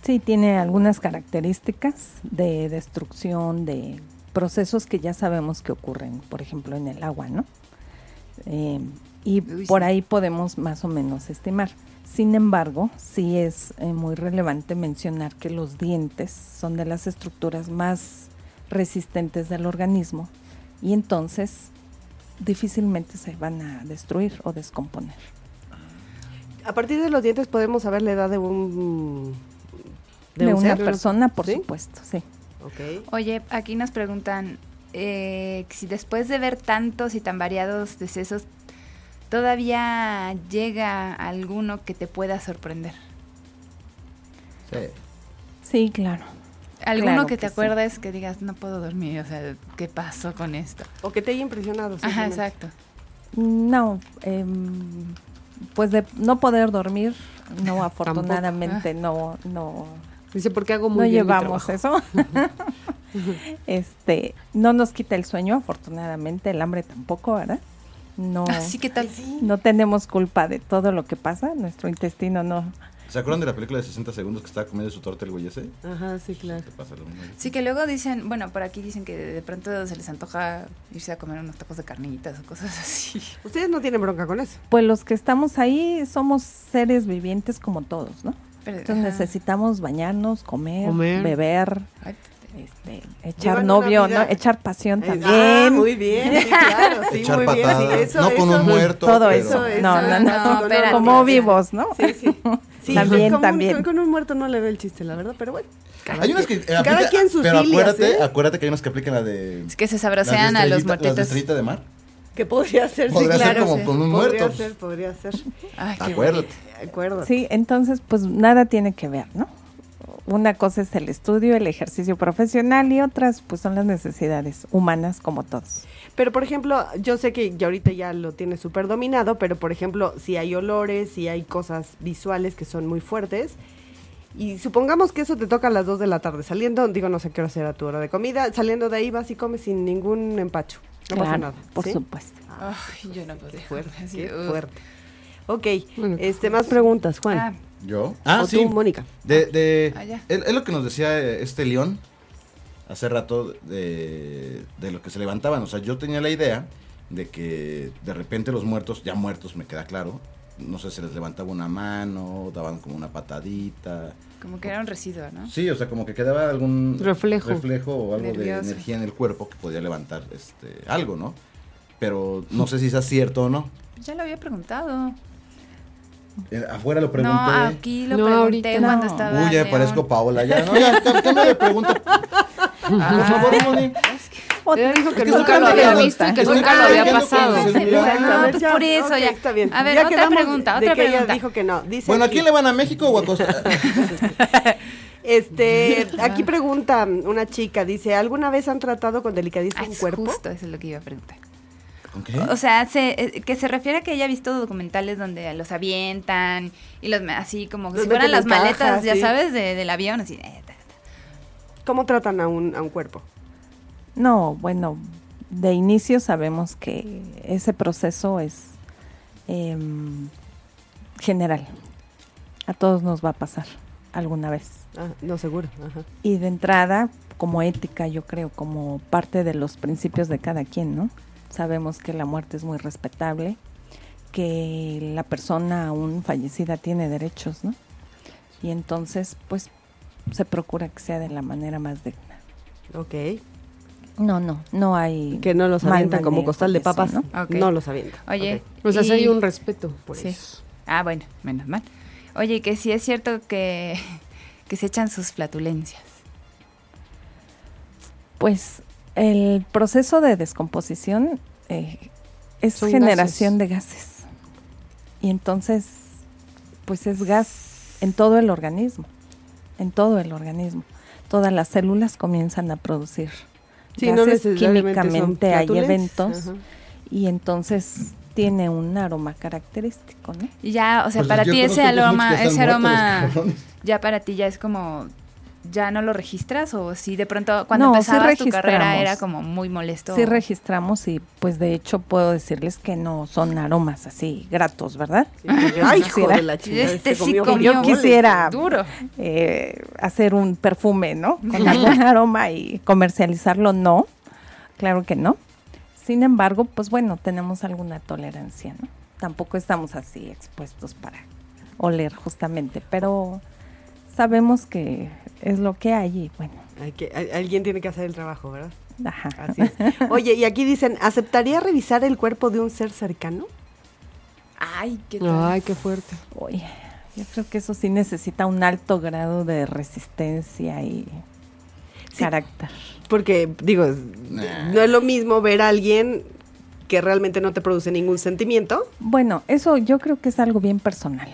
Speaker 8: Sí, tiene algunas características de destrucción, de procesos que ya sabemos que ocurren, por ejemplo, en el agua, ¿no? Eh, y
Speaker 2: Uy,
Speaker 8: por
Speaker 2: sí.
Speaker 8: ahí podemos más o menos estimar. Sin embargo, sí es eh, muy relevante mencionar que los dientes son de las estructuras más resistentes del organismo y entonces difícilmente se van a destruir o descomponer.
Speaker 5: A partir de los dientes podemos saber la edad de un...
Speaker 8: De,
Speaker 5: un
Speaker 8: una
Speaker 5: ser.
Speaker 8: persona, por
Speaker 5: ¿Sí?
Speaker 8: supuesto, sí.
Speaker 5: Ok.
Speaker 2: Oye, aquí nos preguntan eh, si después de ver tantos y tan variados decesos, todavía llega alguno que te pueda sorprender.
Speaker 4: Sí.
Speaker 8: Sí, claro.
Speaker 2: Alguno
Speaker 8: Claro
Speaker 2: que te
Speaker 8: que sí.
Speaker 2: acuerdes que digas, no puedo dormir, o sea, ¿qué pasó con esto?
Speaker 5: O que te haya impresionado.
Speaker 2: Ajá,
Speaker 5: simplemente.
Speaker 2: exacto.
Speaker 8: No, em, pues de no poder dormir, no, afortunadamente no, no,
Speaker 3: Dice, ¿por qué hago muy
Speaker 8: no
Speaker 3: bien mi
Speaker 8: llevamos eh.
Speaker 3: trabajo?
Speaker 8: eso. este, no nos quita el sueño, afortunadamente, el hambre tampoco, ¿verdad? No,
Speaker 3: Ah,
Speaker 2: Así que tal.
Speaker 8: no tenemos culpa de todo lo que pasa, nuestro intestino no.
Speaker 4: ¿Se acuerdan de la película de 60 segundos que estaba comiendo su torta el güey ese?
Speaker 5: Ajá, sí, claro.
Speaker 4: ¿Qué pasa? lo mismo.
Speaker 2: Sí, que luego dicen, bueno, por aquí dicen que de pronto se les antoja irse a comer unos tacos de carnitas o cosas así.
Speaker 5: Ustedes no tienen bronca con eso.
Speaker 8: Pues los que estamos ahí somos seres vivientes como todos, ¿no?
Speaker 2: Pero,
Speaker 8: Entonces
Speaker 2: ajá.
Speaker 8: necesitamos bañarnos, comer,
Speaker 3: Comer.
Speaker 8: beber,
Speaker 2: Ay,
Speaker 8: este, echar
Speaker 5: Llevan una
Speaker 8: novio,
Speaker 5: vida-
Speaker 8: ¿no? echar pasión
Speaker 5: Eh,
Speaker 8: también.
Speaker 5: ah, muy bien, sí, claro, sí,
Speaker 4: Echar
Speaker 5: muy bien.
Speaker 4: patadas,
Speaker 5: sí, eso,
Speaker 4: no con
Speaker 5: eso.
Speaker 4: un muerto.
Speaker 8: todo
Speaker 4: pero-
Speaker 8: eso.
Speaker 5: Eso,
Speaker 8: no,
Speaker 5: eso,
Speaker 8: no,
Speaker 2: no,
Speaker 8: no,
Speaker 2: espérate.
Speaker 8: como vivos, ¿no?
Speaker 5: Sí, sí. Sí,
Speaker 8: También,
Speaker 5: con un-
Speaker 8: también.
Speaker 5: con un muerto no le veo el chiste, la verdad, pero bueno.
Speaker 4: Hay unas que. eh,
Speaker 5: Cada
Speaker 4: aplica-
Speaker 5: quien sus
Speaker 4: Pero
Speaker 5: filias,
Speaker 4: acuérdate, ah,
Speaker 5: ¿eh?
Speaker 4: acuérdate que hay unas que aplican la de.
Speaker 2: Es que se sabrosean a los muertitos.
Speaker 4: estrellita de mar.
Speaker 5: Que podría ser, sí,
Speaker 4: Podría ser
Speaker 5: claro.
Speaker 4: como
Speaker 5: sí.
Speaker 4: con un
Speaker 5: podría
Speaker 4: muerto.
Speaker 5: ser, podría ser. De
Speaker 2: Ay, Ah, qué
Speaker 4: Acuérdate.
Speaker 2: bonito.
Speaker 5: acuerdo.
Speaker 8: Sí, entonces pues nada tiene que ver, ¿no? Una cosa es el estudio, el ejercicio profesional y otras pues son las necesidades humanas como todos.
Speaker 5: Pero, por ejemplo, yo sé que ya ahorita ya lo tiene súper dominado, pero, por ejemplo, si hay olores, si hay cosas visuales que son muy fuertes, y supongamos que eso te toca a las 2 de la tarde, saliendo, digo, no sé qué hora será tu hora de comida, saliendo de ahí vas y comes sin ningún empacho. No pasa nada.
Speaker 8: por
Speaker 5: ¿sí?
Speaker 8: supuesto.
Speaker 2: Ay, yo no podría.
Speaker 5: Qué fuerte,
Speaker 2: Así,
Speaker 5: qué
Speaker 2: uh.
Speaker 5: fuerte. Ok,
Speaker 3: Bueno,
Speaker 5: este, más preguntas, Juan.
Speaker 2: Ah,
Speaker 4: ¿Yo? Ah,
Speaker 5: o
Speaker 4: sí.
Speaker 5: tú, Mónica.
Speaker 4: De, de,
Speaker 2: Ah, ya.
Speaker 4: es, es lo que nos decía eh, este León hace rato de, de lo que se levantaban. O sea, yo tenía la idea de que de repente los muertos, ya muertos, me queda claro. No sé, se les levantaba una mano, daban como una patadita.
Speaker 2: como que era un residuo, ¿no?
Speaker 4: Sí, o sea, como que quedaba algún
Speaker 3: Reflejo.
Speaker 4: reflejo o algo
Speaker 2: Nervioso.
Speaker 4: de energía en el cuerpo que podía levantar este algo, ¿no? Pero no sé si es cierto o no.
Speaker 2: Ya lo había preguntado.
Speaker 4: Eh, Afuera lo pregunté.
Speaker 2: No, ah, aquí lo
Speaker 3: No,
Speaker 2: pregunté
Speaker 3: ahorita
Speaker 2: cuando
Speaker 8: no.
Speaker 2: estaba.
Speaker 4: Uy, ya me
Speaker 2: León.
Speaker 4: parezco Paola, ya, no, ya, cam- cambia de pregunta.
Speaker 2: Ah,
Speaker 4: Por favor, Moni.
Speaker 8: Otra-
Speaker 3: Ella dijo que
Speaker 4: Es que
Speaker 3: nunca
Speaker 4: son
Speaker 3: lo había
Speaker 4: cambiados.
Speaker 3: visto y que
Speaker 4: Estoy
Speaker 3: nunca lo había
Speaker 4: cambiando
Speaker 3: pasado.
Speaker 4: con el celular.
Speaker 5: Exacto, a ver,
Speaker 2: pues por eso
Speaker 5: Ah, ok,
Speaker 2: ya.
Speaker 5: Está bien.
Speaker 2: A ver,
Speaker 5: Ya
Speaker 2: otra
Speaker 5: quedamos
Speaker 2: pregunta,
Speaker 5: de
Speaker 2: otra
Speaker 5: que
Speaker 2: pregunta.
Speaker 5: Ella dijo que no. Dice
Speaker 4: Bueno, ¿a
Speaker 5: aquí-
Speaker 4: quién le van a México o a Costa?
Speaker 5: Este, aquí pregunta una chica, dice, ¿alguna vez han tratado con delicadeza
Speaker 2: Ah,
Speaker 5: un
Speaker 2: es
Speaker 5: cuerpo?
Speaker 2: justo, eso es lo que iba a preguntar.
Speaker 4: ¿Con qué?
Speaker 2: O sea, se- eh, que se refiere a que haya visto documentales donde los avientan y los ma- así como que
Speaker 5: Los
Speaker 2: si fueran las
Speaker 5: meten en
Speaker 2: maletas,
Speaker 5: cajas,
Speaker 2: ya
Speaker 5: sí.
Speaker 2: sabes, de- del avión, así. eh, ta, ta.
Speaker 5: ¿Cómo tratan a un, a un cuerpo?
Speaker 8: No, bueno, de inicio sabemos que ese proceso es em, general. A todos nos va a pasar alguna vez.
Speaker 5: Ah, no, seguro. Ajá.
Speaker 8: Y de entrada, como ética, yo creo, como parte de los principios de cada quien, ¿no? Sabemos que la muerte es muy respetable, que la persona aún fallecida tiene derechos, ¿no? Y entonces, pues, se procura que sea de la manera más digna.
Speaker 5: Ok.
Speaker 8: No, no, no hay...
Speaker 5: Que no los
Speaker 8: mal
Speaker 5: avientan como
Speaker 8: manejo
Speaker 5: costal de
Speaker 8: eso,
Speaker 5: papas.
Speaker 8: ¿no?
Speaker 2: Ok.
Speaker 5: No los avientan.
Speaker 2: Oye.
Speaker 3: O sea, sí
Speaker 2: y-
Speaker 3: hay un respeto por
Speaker 2: Sí.
Speaker 3: eso.
Speaker 4: Pues.
Speaker 2: Ah, bueno, menos mal. Oye, que sí es cierto que, que se echan sus flatulencias.
Speaker 8: Pues el proceso de descomposición eh, es
Speaker 3: Son
Speaker 8: generación de gases. Y entonces, pues es gas en todo el organismo, en todo el organismo. Todas las células comienzan a producir
Speaker 5: Sí, no
Speaker 8: gases
Speaker 5: necesariamente son
Speaker 8: químicamente, hay
Speaker 5: flatulencias,
Speaker 8: eventos
Speaker 5: ajá.
Speaker 8: y entonces tiene un aroma característico, ¿no?
Speaker 2: Y ya, o sea,
Speaker 4: Pues
Speaker 2: para
Speaker 4: yo
Speaker 2: ti
Speaker 4: conozco
Speaker 2: ese
Speaker 4: otros muchos que
Speaker 2: aroma,
Speaker 4: están
Speaker 2: ese
Speaker 4: muertos,
Speaker 2: aroma,
Speaker 4: cabrones.
Speaker 2: ya para ti ya es como ya no lo registras o si de pronto cuando
Speaker 8: No, sí
Speaker 2: empezabas tu carrera
Speaker 8: registramos.
Speaker 2: era como muy molesto?
Speaker 8: Sí registramos y pues de hecho puedo decirles que no son aromas así gratos, ¿verdad?
Speaker 5: Ay, hijo de la chingada.
Speaker 2: este sí
Speaker 5: comió
Speaker 2: comió
Speaker 8: Yo quisiera
Speaker 2: duro.
Speaker 8: eh, hacer un perfume, ¿no? Con algún aroma y comercializarlo, no. Claro que no. Sin embargo, pues bueno, tenemos alguna tolerancia, ¿no? Tampoco estamos así expuestos para oler justamente, pero sabemos que es lo que hay y bueno,
Speaker 5: Hay que- hay- alguien tiene que hacer el trabajo, ¿verdad?
Speaker 8: ajá.
Speaker 5: Así es. Oye, y aquí dicen, ¿aceptaría revisar el cuerpo de un ser cercano?
Speaker 8: Ay, qué
Speaker 3: Ay, qué fuerte.
Speaker 8: Oye, yo creo que eso sí necesita un alto grado de resistencia y carácter.
Speaker 5: Porque, digo, no es lo mismo ver a alguien que realmente no te produce ningún sentimiento.
Speaker 8: Bueno, eso yo creo que es algo bien personal.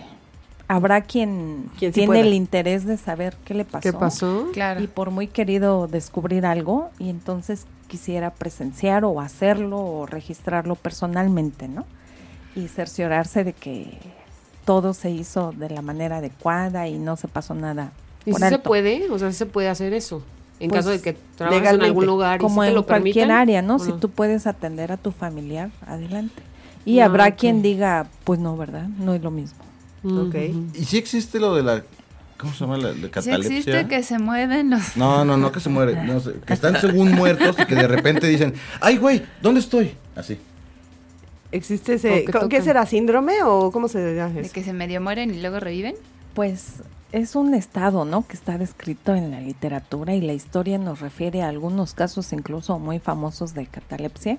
Speaker 8: Habrá quien,
Speaker 5: Quien sí
Speaker 8: tiene
Speaker 5: pueda.
Speaker 8: el interés de saber qué le pasó.
Speaker 3: ¿Qué pasó?
Speaker 2: Claro.
Speaker 8: Y por muy querido descubrir algo, y entonces quisiera presenciar o hacerlo o registrarlo personalmente, ¿no? Y cerciorarse de que todo se hizo de la manera adecuada y no se pasó nada.
Speaker 3: ¿Y
Speaker 8: por
Speaker 3: si se
Speaker 8: alto.
Speaker 3: puede? O sea, ¿sí se puede hacer eso. En
Speaker 8: Pues,
Speaker 3: caso de que trabajes en
Speaker 5: legalmente,
Speaker 3: algún lugar y
Speaker 8: como
Speaker 3: sí te
Speaker 8: en
Speaker 3: lo
Speaker 8: cualquier
Speaker 3: permitan,
Speaker 8: área, ¿no?
Speaker 3: ¿o
Speaker 8: Si tú puedes atender a tu familiar, adelante. Y
Speaker 3: Ah,
Speaker 8: habrá
Speaker 3: ok.
Speaker 8: quien diga, pues no, ¿verdad? No es lo mismo.
Speaker 3: Ujú.
Speaker 5: Ok.
Speaker 4: ¿Y si existe lo de la. ¿Cómo se llama la, la
Speaker 2: Si
Speaker 4: catalepsia?
Speaker 2: existe que se mueven los...
Speaker 4: No, no, no, que se muere. No, sé, que están según muertos y que de repente dicen, ay, güey, ¿dónde estoy? Así.
Speaker 5: ¿Existe
Speaker 3: O
Speaker 5: ese...
Speaker 3: que
Speaker 5: co- ¿Qué
Speaker 3: tocan.
Speaker 5: será? ¿Síndrome o cómo se llama
Speaker 2: De
Speaker 5: eso?
Speaker 2: que se medio mueren y luego reviven.
Speaker 8: Pues es un estado, ¿no? Que está descrito en la literatura y la historia nos refiere a algunos casos incluso muy famosos de catalepsia,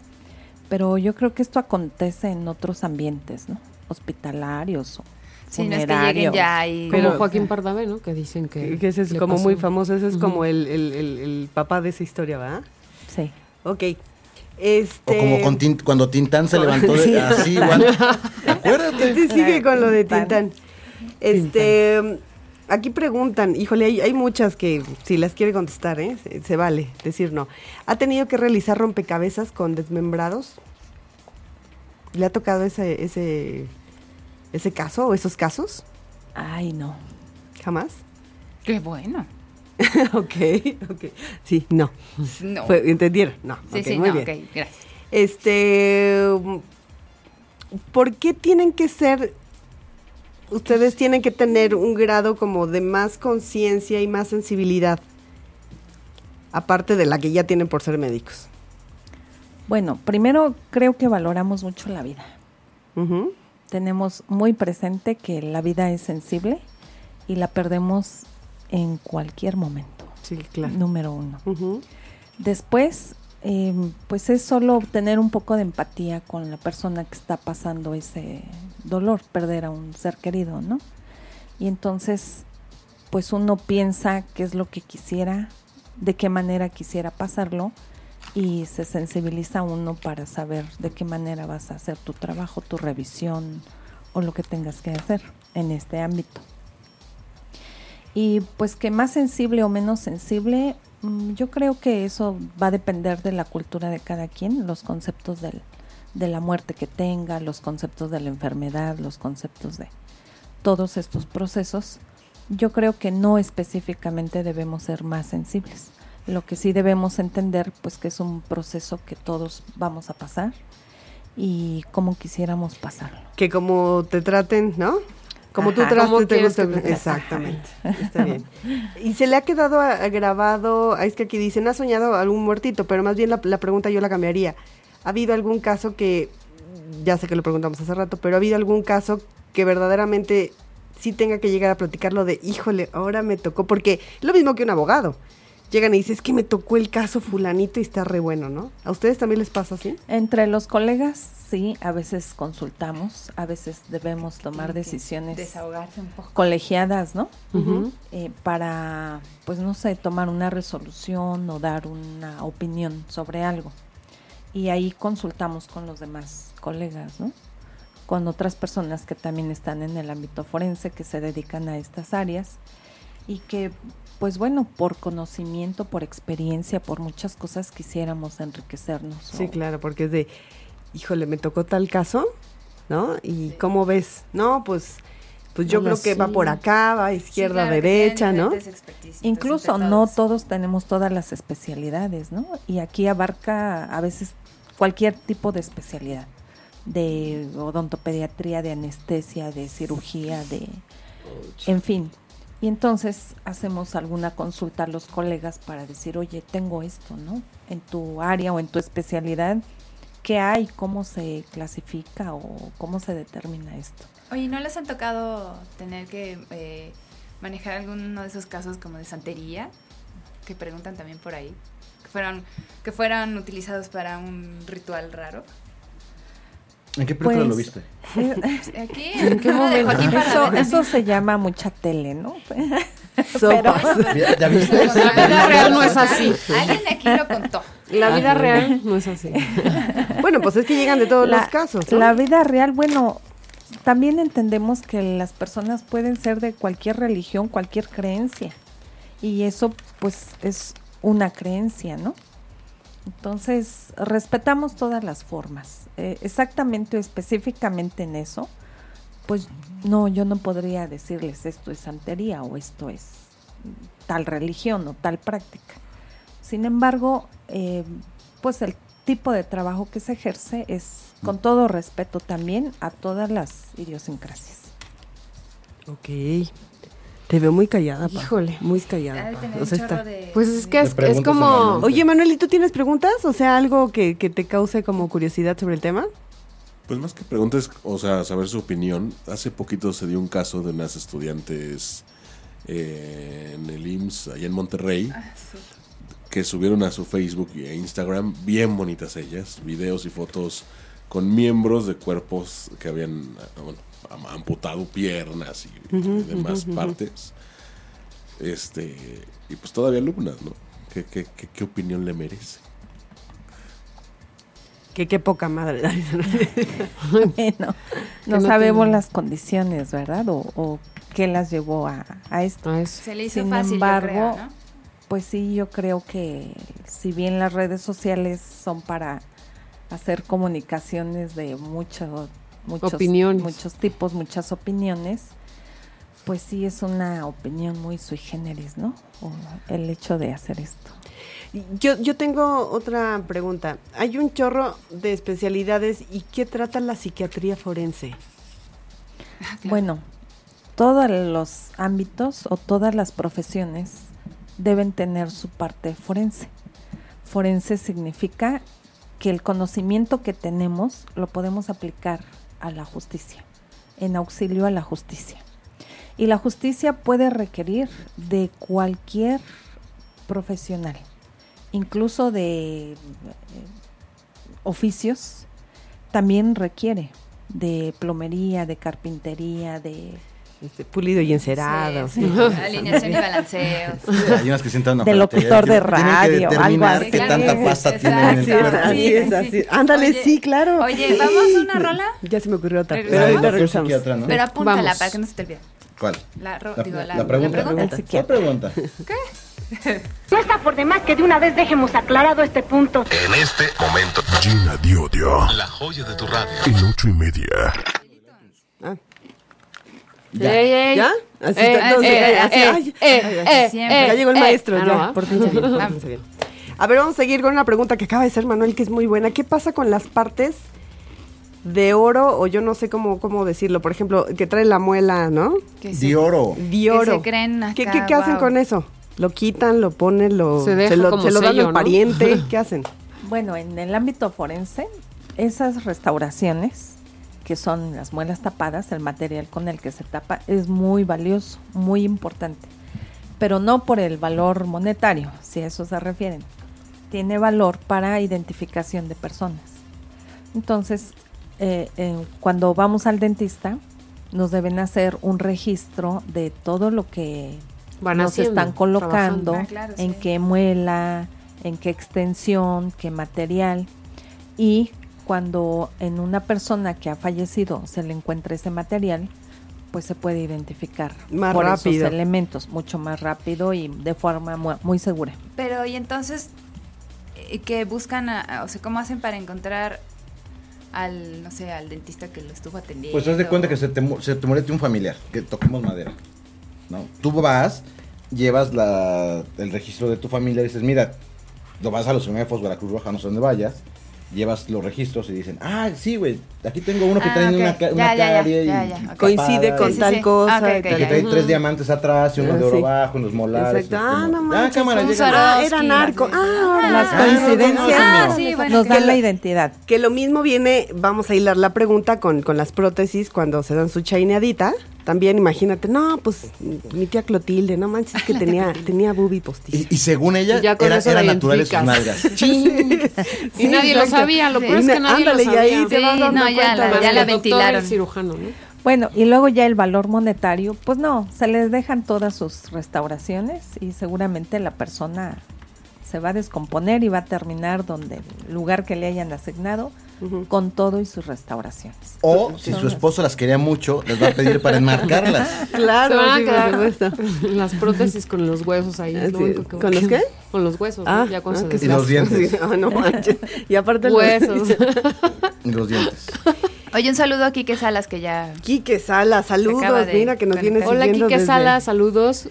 Speaker 8: pero yo creo que esto acontece en otros ambientes, ¿no? Hospitalarios o
Speaker 2: Si no es que lleguen
Speaker 8: funerarios.
Speaker 2: ya y...
Speaker 3: Como
Speaker 5: Pero-
Speaker 3: Joaquín Pardavé, ¿no? Que dicen que.
Speaker 5: Que ese es
Speaker 3: le
Speaker 5: como
Speaker 3: pasó.
Speaker 5: muy famoso, ese es
Speaker 3: Ujú.
Speaker 5: como el, el- el- el papá de esa historia, ¿verdad?
Speaker 8: Sí.
Speaker 5: Ok.
Speaker 4: O
Speaker 5: Este...
Speaker 4: como con Tin- cuando Tintán se levantó de-
Speaker 5: Sí.
Speaker 4: así igual. Acuérdate.
Speaker 5: Sí, sigue con lo de
Speaker 8: Tintán.
Speaker 5: Tintán. Este, aquí preguntan, híjole, hay, hay muchas que si las quiere contestar, ¿eh? se, se vale decir no. ¿Ha tenido que realizar rompecabezas con desmembrados? ¿Le ha tocado ese, ese, ese caso o esos casos?
Speaker 8: Ay, no.
Speaker 5: ¿Jamás?
Speaker 2: Qué bueno.
Speaker 5: ok, ok. Sí, no.
Speaker 8: Pues,
Speaker 2: No.
Speaker 5: Fue- ¿Entendieron? No.
Speaker 2: Sí,
Speaker 5: ok,
Speaker 2: sí,
Speaker 5: muy
Speaker 2: no,
Speaker 5: bien.
Speaker 2: ok, gracias.
Speaker 5: Este, ¿por qué tienen que ser, ustedes tienen que tener un grado como de más conciencia y más sensibilidad? Aparte de la que ya tienen por ser médicos.
Speaker 8: Bueno, primero creo que valoramos mucho la vida.
Speaker 5: Ujú.
Speaker 8: tenemos muy presente que la vida es sensible y la perdemos en cualquier momento.
Speaker 5: Sí, claro.
Speaker 8: Número uno.
Speaker 5: Ujú.
Speaker 8: Después, eh, pues es solo tener un poco de empatía con la persona que está pasando ese dolor, perder a un ser querido, ¿no? Y entonces, pues uno piensa qué es lo que quisiera, de qué manera quisiera pasarlo y se sensibiliza uno para saber de qué manera vas a hacer tu trabajo, tu revisión o lo que tengas que hacer en este ámbito. Y pues que más sensible o menos sensible, mm, yo creo que eso va a depender de la cultura de cada quien, los conceptos del- de la muerte que tenga, los conceptos de la enfermedad, los conceptos de todos estos procesos. Yo creo que no específicamente debemos ser más sensibles. Lo que sí debemos entender, pues que es un proceso que todos vamos a pasar y cómo quisiéramos pasarlo.
Speaker 5: Que como te traten, ¿no? Como tú
Speaker 8: Ajá.
Speaker 5: trates,
Speaker 3: Como
Speaker 5: te
Speaker 3: quieres
Speaker 5: gusta.
Speaker 3: que te traten.
Speaker 5: Exactamente. Está bien. Y se le ha quedado a- grabado, ah, es que aquí dicen, ¿ha soñado algún muertito? Pero más bien la, la pregunta yo la cambiaría. ¿Ha habido algún caso que, ya sé que lo preguntamos hace rato, pero ha habido algún caso que verdaderamente sí tenga que llegar a platicarlo de, híjole, ahora me tocó? Porque es lo mismo que un abogado. Llegan y dicen, es que me tocó el caso fulanito y está re bueno, ¿no? ¿A ustedes también les pasa así?
Speaker 8: Entre los colegas, sí, a veces consultamos, a veces debemos tomar decisiones
Speaker 2: Desahogarse un poco.
Speaker 8: colegiadas, ¿no?
Speaker 3: Ujú.
Speaker 8: Eh, para, pues no sé, tomar una resolución o dar una opinión sobre algo. Y ahí consultamos con los demás colegas, ¿no? Con otras personas que también están en el ámbito forense, que se dedican a estas áreas y que, pues bueno, por conocimiento, por experiencia, por muchas cosas quisiéramos enriquecernos.
Speaker 5: Sí,
Speaker 8: o-
Speaker 5: claro, porque es de, híjole, me tocó tal caso, ¿no? ¿Y cómo ves? No, pues Pues yo
Speaker 3: Bueno,
Speaker 5: creo que
Speaker 3: sí.
Speaker 5: va por acá, va izquierda, derecha, ¿no?
Speaker 8: Incluso no todos tenemos todas las especialidades, ¿no? Y aquí abarca a veces cualquier tipo de especialidad, de odontopediatría, de anestesia, de cirugía, de... En fin. Y entonces hacemos alguna consulta a los colegas para decir, oye, tengo esto, ¿no? En tu área o en tu especialidad, ¿qué hay? ¿Cómo se clasifica o cómo se determina esto?
Speaker 2: Oye, ¿no les han tocado tener que eh, manejar alguno de esos casos como de santería? Que preguntan también por ahí. Que fueron, que fueran utilizados para un ritual raro.
Speaker 9: ¿En qué película lo
Speaker 8: Pues,
Speaker 9: viste?
Speaker 2: Aquí,
Speaker 8: ¿En qué
Speaker 2: una de
Speaker 8: momento?
Speaker 2: Joaquín
Speaker 8: Eso,
Speaker 2: Pardavé
Speaker 8: eso se llama mucha tele, ¿no?
Speaker 5: Sopas.
Speaker 9: Mira, ¿Ya viste?
Speaker 3: La vida real no es así.
Speaker 2: Alguien aquí lo contó.
Speaker 3: La vida real no es así.
Speaker 5: Bueno, pues es que llegan de todos
Speaker 8: La-
Speaker 5: los casos. ¿no?
Speaker 8: La vida real, bueno, también entendemos que las personas pueden ser de cualquier religión, cualquier creencia. Y eso, pues, es una creencia, ¿no? Entonces, respetamos todas las formas. Eh, exactamente o específicamente en eso, pues, no, yo no podría decirles esto es santería o esto es tal religión o tal práctica. Sin embargo, eh, pues el tipo de trabajo que se ejerce es con todo respeto también a todas las idiosincrasias.
Speaker 5: Ok. Te veo muy callada, pa.
Speaker 3: Híjole.
Speaker 5: Muy
Speaker 2: Ha
Speaker 5: callada.
Speaker 2: de
Speaker 5: pa.
Speaker 2: tener
Speaker 5: O
Speaker 2: un
Speaker 5: sea,
Speaker 2: chorro
Speaker 5: está-
Speaker 2: de...
Speaker 3: Pues es que
Speaker 9: Le
Speaker 3: es,
Speaker 9: preguntas
Speaker 3: es como...
Speaker 9: en la-
Speaker 5: Oye, Manuel, ¿y tú tienes preguntas? O sea, algo que, que te cause como curiosidad sobre el tema.
Speaker 4: Pues más que preguntas, o sea, saber su opinión. Hace poquito se dio un caso de unas estudiantes eh, en el IMSS, allá en Monterrey, que subieron a su Facebook y a Instagram, bien bonitas ellas, videos y fotos con miembros de cuerpos que habían ah, bueno, am- amputado piernas y demás partes. Este, y pues todavía alumnas, ¿no? ¿Qué, qué, qué, qué opinión le merece?
Speaker 5: Que qué poca madre.
Speaker 8: Bueno,
Speaker 3: no
Speaker 8: no sabemos
Speaker 3: tienen-
Speaker 8: las condiciones, ¿verdad? O, o qué las llevó a, a esto.
Speaker 3: Ah, eso.
Speaker 2: Se le hizo
Speaker 8: Sin
Speaker 2: fácil,
Speaker 8: embargo,
Speaker 2: yo creo, ¿no?
Speaker 8: Pues sí, yo creo que si bien las redes sociales son para hacer comunicaciones de mucho- muchos,
Speaker 3: Opiniones.
Speaker 8: muchos tipos, muchas opiniones, pues sí es una opinión muy sui generis, ¿no? O el hecho de hacer esto.
Speaker 5: Yo, yo tengo otra pregunta. Hay un chorro de especialidades y ¿qué trata la psiquiatría forense?
Speaker 8: Bueno, todos los ámbitos o todas las profesiones deben tener su parte forense. Forense significa que el conocimiento que tenemos lo podemos aplicar a la justicia, en auxilio a la justicia. Y la justicia puede requerir de cualquier profesional, incluso de eh, oficios, también requiere de plomería, de carpintería, de,
Speaker 5: Este, pulido y encerado.
Speaker 2: Sí, sí, alineación y balanceo.
Speaker 9: Hay unas que sientan una
Speaker 8: De
Speaker 9: ferretería,
Speaker 8: locutor de
Speaker 9: tienen que
Speaker 8: radio,
Speaker 9: determinar
Speaker 8: algo
Speaker 2: así.
Speaker 9: qué tanta
Speaker 2: Claro,
Speaker 9: pasta
Speaker 2: exacto.
Speaker 9: tiene en el
Speaker 5: Así es,
Speaker 9: cuerpo.
Speaker 5: así es, así es. Ándale,
Speaker 2: Oye,
Speaker 5: sí, claro.
Speaker 2: oye, ¿vamos a una rola?
Speaker 5: Ya se me ocurrió otra, pero
Speaker 2: ¿Regresamos?
Speaker 5: ahorita
Speaker 9: Doctor
Speaker 5: regresamos.
Speaker 9: psiquiatra, ¿no?
Speaker 2: Pero apúntala
Speaker 3: Vamos.
Speaker 2: para que no se te olvide.
Speaker 9: ¿Cuál?
Speaker 2: La, ro-
Speaker 9: La,
Speaker 2: digo, la,
Speaker 9: la pregunta.
Speaker 2: la
Speaker 9: La pregunta. La
Speaker 8: psiquiatra.
Speaker 9: pregunta.
Speaker 10: No está por demás que de una vez dejemos aclarado este punto.
Speaker 1: En este momento, Gina Diodio. La joya de tu radio. En ocho y media.
Speaker 5: Ah,
Speaker 9: Ya.
Speaker 3: Ey, ey.
Speaker 5: ¿Ya? Así
Speaker 3: Eh,
Speaker 5: está, entonces,
Speaker 3: eh,
Speaker 5: ay, así,
Speaker 3: eh,
Speaker 5: ay,
Speaker 3: eh,
Speaker 5: ay,
Speaker 3: eh,
Speaker 5: ay,
Speaker 2: eh,
Speaker 5: siempre. Ya
Speaker 2: eh,
Speaker 5: llegó el
Speaker 3: eh,
Speaker 5: maestro,
Speaker 3: ah,
Speaker 5: ya,
Speaker 3: no,
Speaker 5: por fin se vio, por fin se vio. A ver, vamos a seguir con una pregunta que acaba de hacer Manuel, que es muy buena. ¿Qué pasa con las partes de oro, o yo no sé cómo, cómo decirlo, por ejemplo, que trae la muela, ¿no?
Speaker 2: Que se-
Speaker 9: De oro.
Speaker 5: De oro.
Speaker 2: Que se creen acá,
Speaker 5: ¿Qué, qué, qué hacen
Speaker 2: guau.
Speaker 5: con eso? ¿Lo quitan, lo ponen, lo,
Speaker 3: Se deja
Speaker 5: lo,
Speaker 3: como
Speaker 5: se lo dan
Speaker 3: sello,
Speaker 5: al
Speaker 3: ¿no?
Speaker 5: pariente? ¿Qué hacen?
Speaker 8: Bueno, en el ámbito forense, esas restauraciones, que son las muelas tapadas, el material con el que se tapa, es muy valioso, muy importante. Pero no por el valor monetario, si a eso se refieren. Tiene valor para identificación de personas. Entonces, eh, eh, cuando vamos al dentista, nos deben hacer un registro de todo lo que
Speaker 3: Van
Speaker 8: nos
Speaker 3: haciendo,
Speaker 8: están colocando,
Speaker 3: trabajando.
Speaker 2: Ah, claro,
Speaker 8: en
Speaker 2: sí.
Speaker 8: qué muela, en qué extensión, qué material. Y cuando en una persona que ha fallecido se le encuentra ese material, pues se puede identificar
Speaker 5: Más
Speaker 8: por
Speaker 5: rápido.
Speaker 8: esos elementos mucho más rápido y de forma mu- muy segura.
Speaker 2: Pero y entonces eh, que buscan, a- a- o sea, cómo hacen para encontrar
Speaker 11: al, no sé, al dentista que lo estuvo atendiendo.
Speaker 4: Pues haz de cuenta que se te, mu- se te muere un familiar, que toquemos madera. ¿no? Tú vas, llevas la, el registro de tu familia y dices, mira, lo vas a los UNEFOS o a la Cruz Roja, no sé dónde vayas, llevas los registros y dicen, ah, sí, güey, aquí tengo uno que
Speaker 11: Ah,
Speaker 4: trae
Speaker 11: ok.
Speaker 4: una, ca-
Speaker 11: Ya, ya,
Speaker 4: una
Speaker 11: ya,
Speaker 4: carie y-
Speaker 11: ya,
Speaker 4: y
Speaker 11: ya, ok.
Speaker 4: tapada,
Speaker 5: Coincide con
Speaker 4: y-
Speaker 5: tal
Speaker 11: sí.
Speaker 5: cosa.
Speaker 11: Ah, ok, ok,
Speaker 5: tal-
Speaker 4: Que trae tres diamantes atrás y uno
Speaker 5: Ah,
Speaker 4: de oro
Speaker 5: sí.
Speaker 4: abajo, unos molares.
Speaker 5: Exacto.
Speaker 4: y
Speaker 5: Ah,
Speaker 4: como,
Speaker 5: no manches.
Speaker 4: cámara,
Speaker 11: un
Speaker 4: llega.
Speaker 11: Swarovski,
Speaker 5: Ah, era narco.
Speaker 11: así.
Speaker 5: Ah, ahora
Speaker 8: Las
Speaker 5: sí.
Speaker 4: no, no, no,
Speaker 8: coincidencias
Speaker 4: no,
Speaker 11: Ah,
Speaker 4: no.
Speaker 11: sí, bueno.
Speaker 8: nos
Speaker 11: que
Speaker 8: dan la
Speaker 11: lo-
Speaker 8: identidad.
Speaker 5: Que lo mismo viene, vamos a hilar la pregunta con, con las prótesis cuando se dan su chaineadita. También imagínate, no, pues mi tía Clotilde, no manches que tenía, tenía bubi postiza.
Speaker 4: Y, y según ella,
Speaker 3: Y ya con
Speaker 4: era-
Speaker 3: eso la
Speaker 4: eran naturales sus
Speaker 3: identificas.
Speaker 4: nalgas. ¡Chin!
Speaker 3: Y nadie lo sabía, lo
Speaker 5: Sí.
Speaker 3: peor es que nadie lo
Speaker 5: Ándale,
Speaker 3: sabía.
Speaker 5: y ahí te
Speaker 11: Sí,
Speaker 5: vas dando
Speaker 11: no, ya
Speaker 5: cuenta.
Speaker 11: la-
Speaker 3: Más
Speaker 11: ya
Speaker 3: que
Speaker 11: la
Speaker 3: el doctor,
Speaker 11: ventilaron.
Speaker 3: el cirujano, ¿no?
Speaker 8: Bueno, y luego ya el valor monetario, pues no, se les dejan todas sus restauraciones y seguramente la persona se va a descomponer y va a terminar donde el lugar que le hayan asignado
Speaker 5: Ujú.
Speaker 8: con todo y sus restauraciones.
Speaker 4: O si su esposo las quería mucho, les va a pedir para enmarcarlas.
Speaker 5: Claro,
Speaker 3: Se van a
Speaker 5: sí, por
Speaker 3: quedar
Speaker 5: supuesto.
Speaker 3: Las prótesis con los huesos ahí. es lo
Speaker 5: Sí.
Speaker 3: único que
Speaker 5: ¿Con los
Speaker 3: queda.
Speaker 5: qué?
Speaker 3: Con los huesos. ¿no?
Speaker 5: Ah,
Speaker 3: ya cuando
Speaker 5: ah,
Speaker 3: se
Speaker 5: que sí.
Speaker 4: Y los dientes.
Speaker 5: Sí, ah, no manches. Y aparte los
Speaker 3: Huesos.
Speaker 4: Y los dientes.
Speaker 11: Oye, un saludo a Quique Salas que ya...
Speaker 5: Quique Salas, saludos.
Speaker 11: de
Speaker 5: Mira que nos viene
Speaker 11: conectar.
Speaker 5: siguiendo
Speaker 3: Hola, Quique
Speaker 5: desde-
Speaker 3: Salas, saludos.
Speaker 5: Te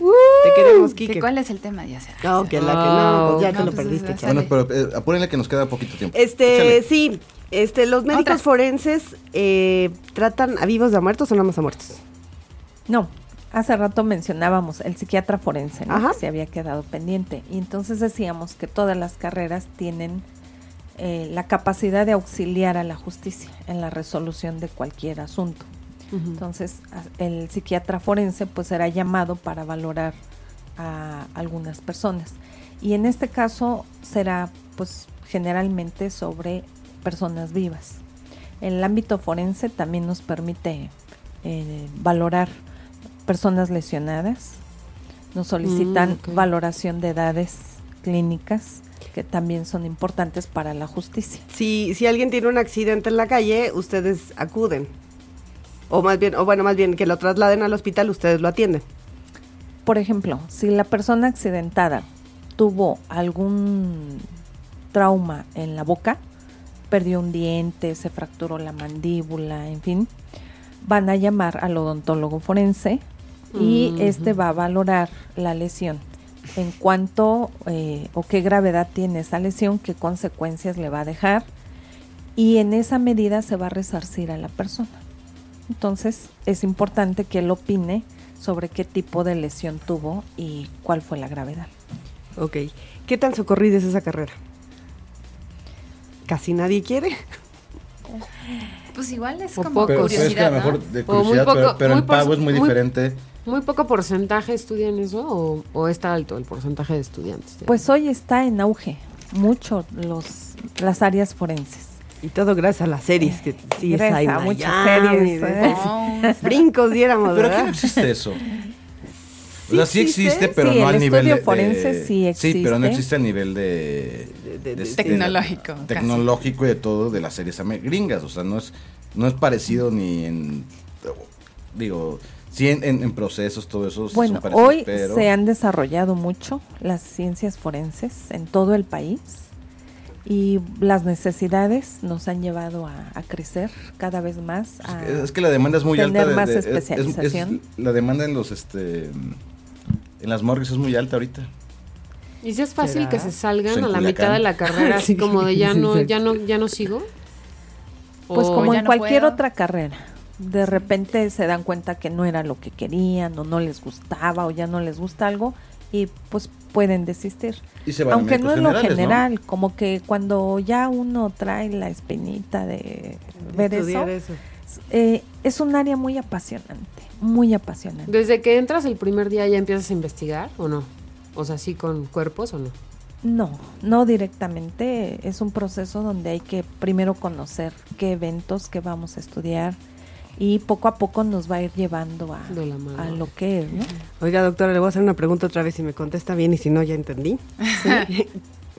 Speaker 5: queremos,
Speaker 11: ¿Que
Speaker 5: Quique. Ah,
Speaker 11: ¿Cuál es el tema? Ya será.
Speaker 5: No, que la que no, pues ya
Speaker 11: No,
Speaker 5: te lo
Speaker 11: pues,
Speaker 5: perdiste,
Speaker 11: es-
Speaker 5: chavo.
Speaker 4: Bueno, pero eh, apúrenle que nos queda poquito tiempo.
Speaker 5: Este,
Speaker 4: Échale.
Speaker 5: sí, este, los médicos
Speaker 11: Otra.
Speaker 5: forenses eh, tratan a vivos de a muertos o nada más a muertos.
Speaker 8: No, hace rato mencionábamos el psiquiatra forense, ¿no?
Speaker 5: Ajá.
Speaker 8: que se había quedado pendiente. Y entonces decíamos que todas las carreras tienen eh, la capacidad de auxiliar a la justicia en la resolución de cualquier asunto. Entonces, a- el psiquiatra forense pues será llamado para valorar a algunas personas. Y en este caso será pues generalmente sobre personas vivas. El ámbito forense también nos permite eh, valorar personas lesionadas. Nos solicitan
Speaker 3: Mm, ok.
Speaker 8: valoración de edades clínicas que también son importantes para la justicia.
Speaker 5: Si, si alguien tiene un accidente en la calle, ustedes acuden. O más bien, o bueno, más bien que lo trasladen al hospital, ustedes lo atienden.
Speaker 8: Por ejemplo, si la persona accidentada tuvo algún trauma en la boca, perdió un diente, se fracturó la mandíbula, en fin, van a llamar al odontólogo forense y
Speaker 3: Ujú.
Speaker 8: este va a valorar la lesión. En cuanto eh, o qué gravedad tiene esa lesión, qué consecuencias le va a dejar y en esa medida se va a resarcir a la persona. Entonces es importante que él opine sobre qué tipo de lesión tuvo y cuál fue la gravedad.
Speaker 5: Ok. ¿Qué tan socorrida es esa carrera? Casi nadie quiere.
Speaker 11: Pues igual es
Speaker 3: O
Speaker 11: como
Speaker 3: poco.
Speaker 4: Pero, pero es que
Speaker 11: curiosidad,
Speaker 4: a lo
Speaker 11: ¿no?
Speaker 4: mejor de
Speaker 3: O muy
Speaker 4: curiosidad,
Speaker 3: poco-
Speaker 4: pero, pero
Speaker 3: muy
Speaker 4: el pago
Speaker 3: por-
Speaker 4: es muy,
Speaker 3: muy-
Speaker 4: diferente.
Speaker 3: ¿Muy poco porcentaje estudian eso o, o está alto el porcentaje de estudiantes?
Speaker 8: Pues hoy está en auge mucho los, las áreas forenses.
Speaker 5: Y todo gracias a las series que sí es
Speaker 8: Gracias
Speaker 5: ahí,
Speaker 8: a muchas
Speaker 5: Miami,
Speaker 8: series,
Speaker 5: de-
Speaker 8: ¿eh?
Speaker 11: No.
Speaker 5: Brincos diéramos,
Speaker 4: Pero aquí no
Speaker 5: ¿verdad?
Speaker 4: existe eso. o sea, sí
Speaker 5: existe,
Speaker 4: existe, pero
Speaker 8: sí,
Speaker 4: no
Speaker 8: el
Speaker 4: al nivel de,
Speaker 8: estudio forense
Speaker 4: de-
Speaker 8: sí
Speaker 4: pero no
Speaker 8: existe.
Speaker 4: existe al nivel de, este,
Speaker 5: de- de-
Speaker 11: Tecnológico, casi.
Speaker 4: tecnológico y de todo de las series ame- gringas, o sea, no es no es parecido ni en digo, sí en, en- en procesos todo Pues eso sí son
Speaker 8: Bueno,
Speaker 4: parecidos,
Speaker 8: hoy
Speaker 4: pero-
Speaker 8: se han desarrollado mucho las ciencias forenses en todo el país y las necesidades nos han llevado a, a crecer cada vez más. a-
Speaker 4: Es, es que la demanda es muy
Speaker 8: tener
Speaker 4: alta. de-
Speaker 8: más
Speaker 4: de- es- es-
Speaker 8: especialización.
Speaker 4: es- la demanda en los este en las morgues es muy alta ahorita.
Speaker 3: ¿Y si es fácil que se salgan
Speaker 4: Se
Speaker 3: a la
Speaker 4: enculacán.
Speaker 3: mitad de la carrera, así
Speaker 5: Sí,
Speaker 3: como de ya
Speaker 5: sí,
Speaker 3: no,
Speaker 5: sí.
Speaker 3: ya no, ya no sigo?
Speaker 8: Pues
Speaker 3: O-
Speaker 8: como
Speaker 11: ya
Speaker 8: en
Speaker 11: no
Speaker 8: cualquier
Speaker 11: puedo.
Speaker 8: otra carrera. De repente se dan cuenta que no era lo que querían o no les gustaba o ya no les gusta algo y pues pueden desistir.
Speaker 4: Y se van a
Speaker 8: Aunque no
Speaker 4: médicos
Speaker 8: es lo
Speaker 4: generales, ¿no?
Speaker 8: general, como que cuando ya uno trae la espinita de ver eso,
Speaker 5: Estudiar eso.
Speaker 8: eh, es un área muy apasionante, muy apasionante.
Speaker 3: Desde que entras el primer día ya empiezas a investigar o no? O sea, sí con cuerpos o no?
Speaker 8: No, no directamente. Es un proceso donde hay que primero conocer qué eventos que vamos a estudiar y poco a poco nos va a ir llevando a,
Speaker 3: De la mano.
Speaker 8: a lo que es, ¿no?
Speaker 5: Oiga, doctora, le voy a hacer una pregunta otra vez si me contesta bien y si no, ya entendí. Sí.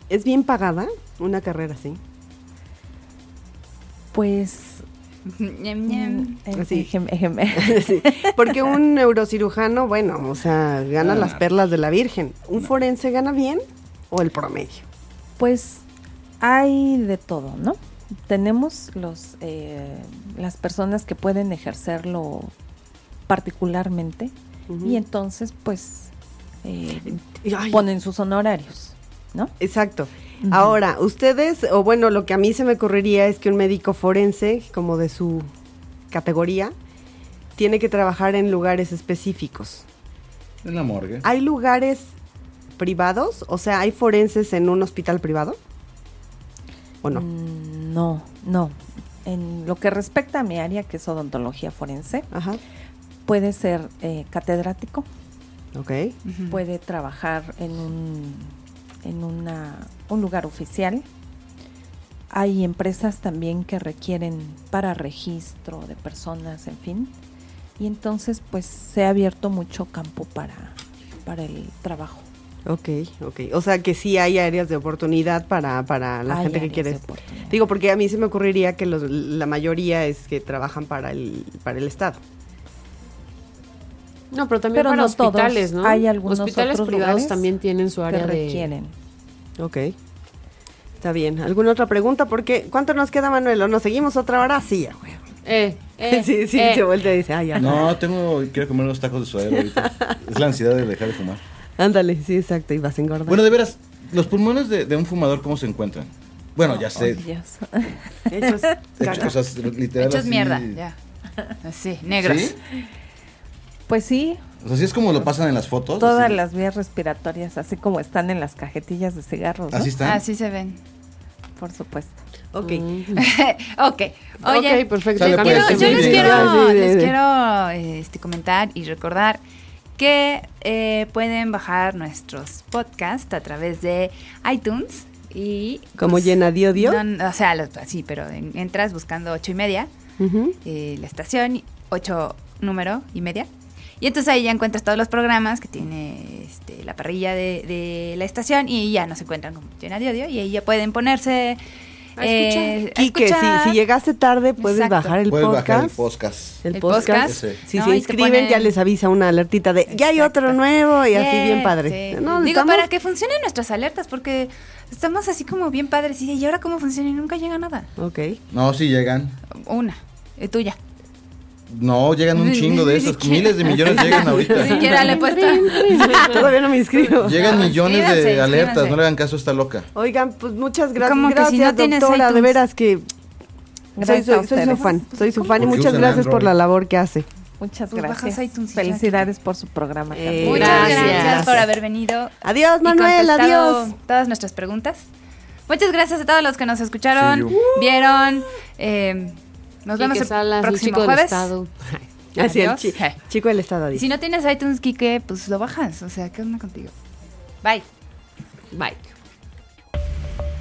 Speaker 5: ¿Es bien pagada una carrera así?
Speaker 8: Pues
Speaker 11: Ñam, ñam.
Speaker 8: eh,
Speaker 5: Así.
Speaker 8: ejem- ejem-
Speaker 5: Sí, Porque un neurocirujano, bueno, o sea, gana las perlas de la Virgen. ¿Un forense gana bien o el promedio?
Speaker 8: Pues hay de todo, ¿no? tenemos los, eh, las personas que pueden ejercerlo particularmente
Speaker 5: Ujú.
Speaker 8: y entonces pues eh,
Speaker 5: Ay.
Speaker 8: ponen sus honorarios, ¿no?
Speaker 5: Exacto. Ahora, ustedes, o bueno, lo que a mí se me ocurriría es que un médico forense, como de su categoría, tiene que trabajar en lugares específicos.
Speaker 4: En la morgue.
Speaker 5: ¿Hay lugares privados? O sea, ¿hay forenses en un hospital privado? ¿O no?
Speaker 8: Mm, No, no. En lo que respecta a mi área, que es odontología forense,
Speaker 5: Ajá.
Speaker 8: puede ser eh, catedrático,
Speaker 5: Ok. pues,
Speaker 8: puede trabajar en un, en una- un lugar oficial. Hay empresas también que requieren para registro de personas, en fin. Y entonces, pues se ha abierto mucho campo para, para el trabajo.
Speaker 5: Ok, ok. O sea que sí hay áreas de oportunidad para, para la
Speaker 8: Hay
Speaker 5: gente que
Speaker 8: áreas
Speaker 5: quiere.
Speaker 8: de oportunidad.
Speaker 5: Digo, porque a mí se me ocurriría que los- la mayoría es que trabajan para el, para el Estado.
Speaker 3: No, pero también
Speaker 8: Pero
Speaker 3: para
Speaker 8: no
Speaker 3: hospitales,
Speaker 8: todos.
Speaker 3: ¿no?
Speaker 8: Hay algunos
Speaker 3: hospitales
Speaker 8: otros
Speaker 3: privados
Speaker 8: lugares
Speaker 3: también tienen su área
Speaker 8: que
Speaker 3: de-
Speaker 8: requieren.
Speaker 5: Ok. Está bien. ¿Alguna otra pregunta? Porque ¿cuánto nos queda, Manuel? ¿O nos seguimos otra hora? Sí, ya, güey.
Speaker 3: Eh, eh,
Speaker 5: sí, sí,
Speaker 3: eh.
Speaker 5: se voltea y dice, ay, ya.
Speaker 4: No, tengo, quiero comer unos tacos de suadero ahorita. Es la ansiedad de dejar de fumar.
Speaker 5: Ándale, sí, exacto, y vas a engordar.
Speaker 4: Bueno, de veras, los pulmones de, de un fumador, ¿cómo se encuentran? Bueno,
Speaker 2: Oh,
Speaker 4: ya sé.
Speaker 8: Dios.
Speaker 5: Hechos,
Speaker 4: Hechos
Speaker 5: caca.
Speaker 4: cosas literal
Speaker 2: Hechos
Speaker 4: así.
Speaker 2: mierda, ya. Así, negros.
Speaker 4: ¿Sí?
Speaker 8: Pues sí,
Speaker 4: O sea, así es como lo pasan en las fotos.
Speaker 8: todas
Speaker 4: así,
Speaker 8: las vías respiratorias, así como están en las cajetillas de cigarros, ¿no?
Speaker 4: Así están.
Speaker 2: Así se ven.
Speaker 8: por supuesto.
Speaker 5: Ok.
Speaker 3: Mm.
Speaker 2: ok, oye.
Speaker 3: Ok, perfecto.
Speaker 4: Sale,
Speaker 2: Yo,
Speaker 4: pues.
Speaker 2: quiero- yo
Speaker 4: Sí,
Speaker 2: les
Speaker 4: sí,
Speaker 2: quiero,
Speaker 5: sí, sí,
Speaker 2: les
Speaker 5: sí.
Speaker 2: quiero, este, comentar y recordar que eh, pueden bajar nuestros podcasts a través de iTunes y... pues,
Speaker 5: ¿Como llena dio dio?
Speaker 2: no, no, o sea, lo- sí, pero en- entras buscando ocho y media,
Speaker 5: Ujú.
Speaker 2: eh, la estación, ocho número y media. Y entonces ahí ya encuentras todos los programas que tiene este, la parrilla de, de la estación y ya nos encuentran como llena de odio y ahí ya pueden ponerse...
Speaker 3: A escuchar.
Speaker 2: a
Speaker 5: Quique, si,
Speaker 2: escuchar.
Speaker 5: si llegaste tarde, puedes
Speaker 2: Eh, Exacto.
Speaker 5: bajar el
Speaker 4: Puedes
Speaker 5: podcast.
Speaker 4: bajar el podcast.
Speaker 5: El
Speaker 2: El
Speaker 5: podcast.
Speaker 2: podcast,
Speaker 4: Ese.
Speaker 5: Si
Speaker 2: ¿no?
Speaker 5: se
Speaker 2: Y te
Speaker 5: inscriben,
Speaker 2: ponen-
Speaker 5: ya les avisa una alertita de ya hay otro
Speaker 2: Exacto.
Speaker 5: nuevo y así bien
Speaker 2: Yeah,
Speaker 5: padre.
Speaker 2: sí.
Speaker 5: No,
Speaker 2: Digo,
Speaker 5: estamos-
Speaker 2: para que funcionen nuestras alertas, porque estamos así como bien padres. Y, ¿y ahora cómo funciona y nunca llega nada.
Speaker 5: Ok.
Speaker 4: No, sí llegan.
Speaker 2: Una, es tuya.
Speaker 4: No, llegan un chingo de esos. Miles de millones llegan
Speaker 2: Ni
Speaker 4: ahorita.
Speaker 2: siquiera le he
Speaker 3: pues,
Speaker 2: puesto.
Speaker 5: Todavía no me inscribo.
Speaker 4: Llegan millones
Speaker 2: Inscríbanse,
Speaker 4: de alertas.
Speaker 2: inscríbanse.
Speaker 4: No le hagan caso a esta loca.
Speaker 5: Oigan, pues muchas gracias.
Speaker 2: Como que
Speaker 5: gracias,
Speaker 2: si no tienes
Speaker 5: doctora. De
Speaker 2: iTunes.
Speaker 5: veras que soy,
Speaker 8: Gracias
Speaker 5: soy-
Speaker 8: a
Speaker 5: soy su
Speaker 8: ustedes.
Speaker 5: fan. Soy su fan y
Speaker 4: Porque
Speaker 5: muchas
Speaker 4: usan
Speaker 5: gracias por
Speaker 4: Android.
Speaker 5: la labor que hace.
Speaker 8: Muchas
Speaker 2: Pues bajas
Speaker 8: gracias.
Speaker 2: iTunes y ya,
Speaker 8: Felicidades por su programa.
Speaker 5: Eh,
Speaker 8: también.
Speaker 2: Muchas
Speaker 5: Gracias.
Speaker 2: gracias, por haber venido.
Speaker 5: Adiós,
Speaker 2: y
Speaker 5: Manuel.
Speaker 2: contestado
Speaker 5: Adiós.
Speaker 2: Todas nuestras preguntas. Muchas gracias a todos los que nos escucharon,
Speaker 4: Sí,
Speaker 2: vieron. eh, nos
Speaker 3: Quique
Speaker 2: vemos el
Speaker 3: Salas, el
Speaker 2: próximo
Speaker 3: chico del
Speaker 2: jueves.
Speaker 3: estado.
Speaker 5: Así el
Speaker 2: Adiós.
Speaker 5: chi- chico del estado.
Speaker 2: Y
Speaker 5: Adiós.
Speaker 2: si no tienes iTunes, Kike, pues lo bajas. O sea, ¿qué onda contigo? Bye.
Speaker 3: Bye.